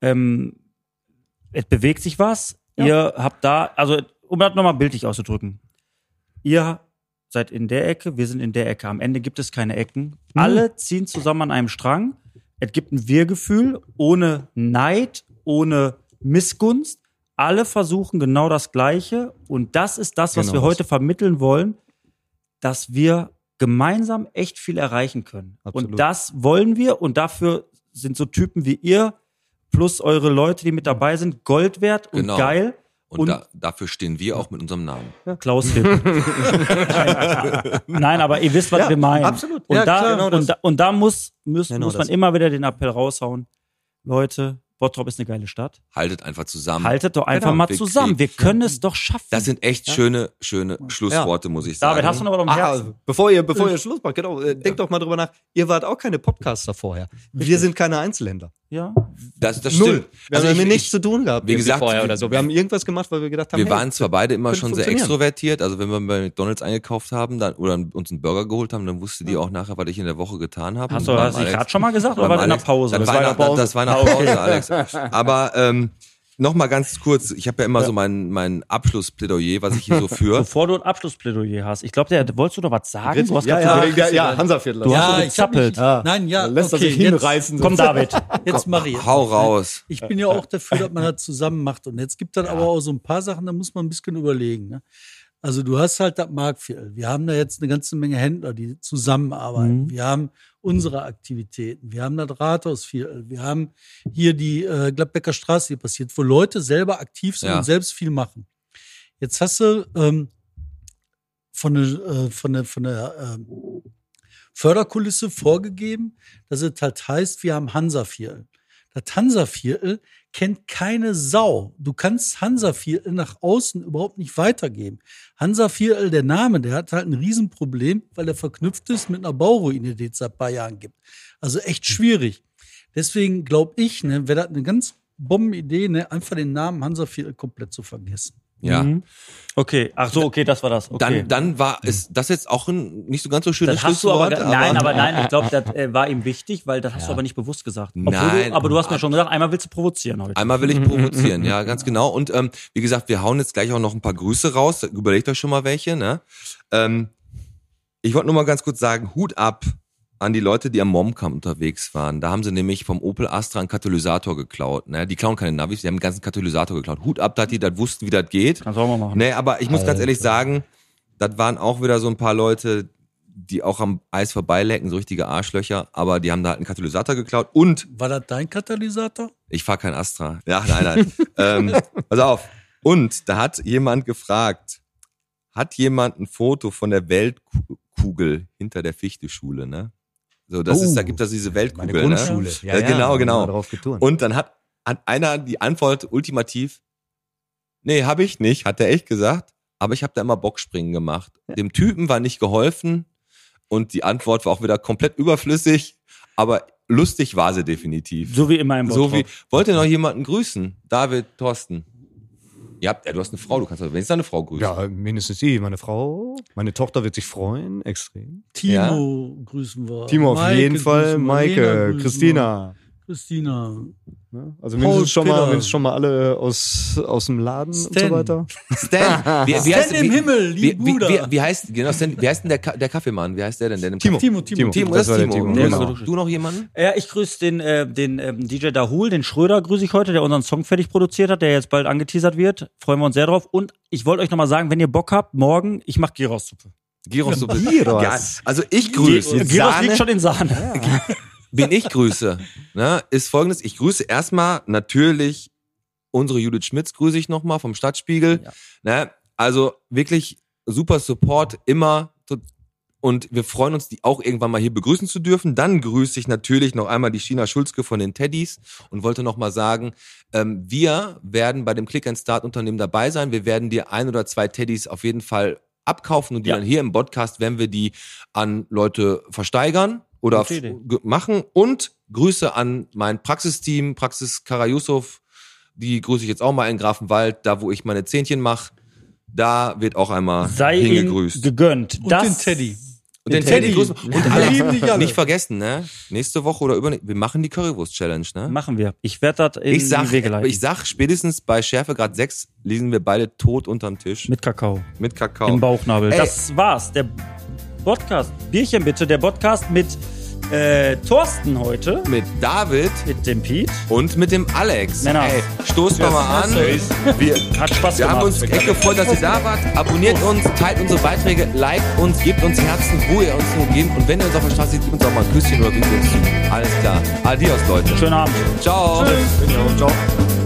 D: Ähm, es bewegt sich was. Ihr habt da, also um das nochmal bildlich auszudrücken. Ihr seid in der Ecke, wir sind in der Ecke. Am Ende gibt es keine
I: Hm.
D: Ecken. Alle ziehen zusammen an einem Strang. Es gibt ein Wir-Gefühl ohne Neid, ohne Missgunst. Alle versuchen genau das Gleiche. Und das ist das, was
I: Genau
D: wir
I: das.
D: heute vermitteln wollen, dass wir gemeinsam echt viel erreichen können.
I: Absolut.
D: Und das wollen wir. Und dafür sind so Typen wie ihr plus eure Leute, die mit dabei sind, Gold wert und
C: Genau.
D: geil.
C: Und,
D: Und-
C: da, dafür stehen wir auch mit unserem Namen.
D: Klaus Hipp. Nein, aber ihr wisst, was
I: Ja,
D: wir meinen.
I: absolut.
D: Und,
I: Ja,
D: da,
I: klar, genau das.
D: und, da, und da muss, muss,
I: Genau
D: muss man
I: das.
D: immer wieder den Appell raushauen. Leute, Bottrop ist eine geile Stadt.
C: Haltet einfach zusammen.
D: Haltet doch einfach
C: Genau.
D: mal
C: Wir
D: zusammen.
C: kriegen-
D: Wir können es doch schaffen.
C: Das sind echt schöne, schöne Schlussworte, muss ich sagen.
D: David, hast du noch was auf dem
I: Ah,
D: Herzen?
I: bevor ihr, bevor ihr Schluss macht, genau, äh, denkt doch mal drüber nach. Ihr wart auch keine Podcaster vorher. Wir sind keine Einzelhändler.
D: Ja.
C: das, das
I: Null.
C: stimmt.
I: Wir haben
C: Also ich-
I: damit
C: ich-
I: nichts zu tun gehabt.
C: wie
I: irgendwie
C: gesagt,
I: vorher
C: wir-
I: oder so. Wir haben irgendwas gemacht, weil wir gedacht haben,
C: Wir
I: hey,
C: waren zwar beide immer
I: könnte
C: schon sehr
I: funktionieren.
C: extrovertiert, also wenn wir bei McDonalds eingekauft haben dann, oder uns einen Burger geholt haben, dann wusste die auch nachher, was ich in der Woche getan habe.
D: Hast du
C: Und
D: das
C: beim Alex-
D: gerade schon mal gesagt oder
C: beim
D: war das in der
C: Alex-
D: Pause?
C: Das, war in der Pause. Das war in der Pause, Alex. Aber ähm, nochmal ganz kurz, ich habe ja immer so mein, mein Abschlussplädoyer, was ich hier so führe.
D: Bevor du ein Abschlussplädoyer hast, ich glaube, der wolltest du doch was sagen. Du hast
I: ja,
D: grad
I: ja,
D: so-
I: ja, ja, Hansaviertel.
D: Du hast
G: Ja,
D: so
G: ich hab
D: gezappelt.
G: mich- Nein, ja,
I: lässt er
G: okay,
I: sich hinreißen.
D: Komm, David.
G: Jetzt ne? mache ich.
C: Hau raus.
G: Ich bin ja auch dafür, dass man das zusammen macht. Und jetzt gibt es aber auch so ein paar Sachen, da muss man ein bisschen überlegen. Ne? Also du hast halt das Marktviertel. Wir haben da jetzt eine ganze Menge Händler, die zusammenarbeiten.
I: Mhm.
G: Wir haben unsere Aktivitäten. Wir haben das Rathausviertel. Wir haben hier die äh, Gladbecker Straße, die passiert, wo Leute selber aktiv sind
C: Ja.
G: und selbst viel machen. Jetzt hast du ähm, von der, äh, von der, von der ähm, Förderkulisse vorgegeben, dass es halt heißt, wir haben Hansaviertel. Das Hansaviertel kennt keine Sau. Du kannst Hansaviertel nach außen überhaupt nicht weitergeben. Hansaviertel, also der Name, der hat halt ein Riesenproblem, weil er verknüpft ist mit einer Bauruine, die es seit paar Jahren gibt. Also
I: Hm.
G: echt schwierig. Deswegen glaube ich, ne, wäre das eine ganz Bombenidee, ne, einfach den Namen Hansaviertel komplett zu vergessen.
C: Ja.
D: Mhm. Okay, ach so, okay, das war das. Okay.
C: Dann, dann war es das jetzt auch ein nicht so ganz so schönes
D: Das hast du aber,
C: Schlusswort.
D: ge- nein, aber nein, ich glaube, das äh, war ihm wichtig, weil das hast du aber nicht bewusst gesagt. Obwohl
C: Nein.
D: du, aber du hast mir schon gesagt, einmal willst du provozieren heute.
C: Einmal will ich provozieren,
D: mhm.
C: ja, ganz genau. Und ähm, wie gesagt, wir hauen jetzt gleich auch noch ein paar Grüße raus. Überlegt euch schon mal welche. Ne? Ähm, ich wollte nur mal ganz kurz sagen, Hut ab an die Leute, die am Momcamp unterwegs waren. Da haben sie nämlich vom Opel Astra einen Katalysator geklaut. Ne? Die klauen keine Navis, die haben den ganzen Katalysator geklaut. Hut ab, dass die das wussten, wie das geht.
D: Kannst du auch mal machen.
C: Nee, aber ich muss ganz ehrlich sagen, das waren auch wieder so ein paar Leute, die auch am Eis vorbeilecken, so richtige Arschlöcher, aber die haben da halt einen Katalysator geklaut und
G: War das dein Katalysator?
C: ich fahre kein Astra. Ja, nein, nein. ähm, pass auf. Und da hat jemand gefragt, hat jemand ein Foto von der Weltkugel hinter der Fichte-Schule, ne? So, das ist, da gibt es diese Weltkugel, ne? Ja, genau, genau.
I: Drauf getun.
C: Und dann hat, hat einer die Antwort ultimativ, nee, habe ich nicht, hat er echt gesagt, aber ich habe da immer Bockspringen gemacht. Dem Typen war nicht geholfen und die Antwort war auch wieder komplett überflüssig, aber lustig war sie definitiv.
D: So wie immer im
C: So wie,
D: Bottrop.
C: wollt ihr noch jemanden grüßen? David, Thorsten. Ja, ja, du hast eine Frau, du kannst doch wenigstens eine Frau grüßen.
I: Ja, mindestens die. Meine Frau, meine Tochter wird sich freuen, extrem.
G: Timo grüßen wir.
I: Timo auf
G: Maike
I: jeden Fall,
G: grüßen wir, Lena
I: Maike,
G: grüßen
I: Christina.
G: wir, Christina.
I: ne? Also
G: Paul
I: mindestens schon, mal,
G: Piller.
I: mindestens schon mal alle aus, aus dem Laden und
G: Stan.
I: so weiter.
C: Stan, wie, wie
G: Stan im Himmel,
C: wie,
G: lieb
C: wie,
G: Bruder.
C: wie, wie heißt, genau, Stan, wie heißt denn der, Ka der Kaffeemann? Wie heißt der denn? Der
I: Timo.
G: Timo, Timo.
C: Timo, das
I: das
C: ist
I: war der
C: Timo.
I: Timo.
C: Grüß
I: Genau.
C: doch. Du noch jemanden?
D: Ja, ich grüße den, äh, den ähm, DJ Dahul, den Schröder grüße ich heute, der unseren Song fertig produziert hat, der jetzt bald angeteasert wird. Freuen wir uns sehr drauf. Und ich wollte euch nochmal sagen, wenn ihr Bock habt, morgen, ich mache Gyros-Suppe.
C: Giros.
I: Gyros.
C: Also ich grüße.
D: Gyros liegt schon in Sahne.
C: wen ich grüße, ne, ist folgendes. Ich grüße erstmal natürlich unsere Judith Schmitz, grüße ich nochmal vom Stadtspiegel.
D: Ja.
C: Ne, also wirklich super Support immer. So- Und wir freuen uns, die auch irgendwann mal hier begrüßen zu dürfen. Dann grüße ich natürlich noch einmal die China Schulzke von den Teddys und wollte nochmal sagen, ähm, wir werden bei dem Click and Start Unternehmen dabei sein. Wir werden dir ein oder zwei Teddys auf jeden Fall abkaufen und die
D: Ja.
C: dann hier im Podcast werden wir die an Leute versteigern oder
D: Gute Idee.
C: f- ge- machen. Und Grüße an mein Praxisteam, Praxis Kara Yusuf. Die grüße ich jetzt auch mal in Grafenwald, da wo ich meine Zähnchen mache. Da wird auch einmal
D: Sei ihm
C: hingegrüßt.
D: gegönnt.
G: Und
D: das
G: den Teddy.
C: und den
D: Teddy.
C: Teddy grüßen. Und
G: Wir lieben dich
C: alle,
G: alle.
C: nicht vergessen, ne? Nächste Woche oder über wir machen die Currywurst Challenge, ne?
D: Machen wir. Ich werde das in
C: Ich sag,
D: die Wege leiten.
C: ich sag, spätestens bei Schärfegrad 6 liegen wir beide tot unterm Tisch. Mit,
D: Mit Kakao.
C: Kakao.
D: Im Bauchnabel.
C: Ey.
D: Das war's. Der Podcast. Bierchen bitte. Der Podcast mit äh, Thorsten heute.
C: Mit David
D: Mit dem Pete.
C: und mit dem Alex.
D: Männer.
C: Ey, stoßt mal, mal an. Wir,
D: Hat Spaß
C: wir
D: gemacht.
C: haben uns echt gefreut, dass ihr da wart. Abonniert
D: Oh.
C: uns, teilt unsere Beiträge, liked uns, gebt uns Herzen, wo ihr uns nur gebt. Und wenn ihr uns auf der Straße seht, gebt uns auch mal ein Küsschen oder winkt uns zu. Alles klar. Adios, Leute.
D: Schönen Abend.
C: Ciao. Ciao.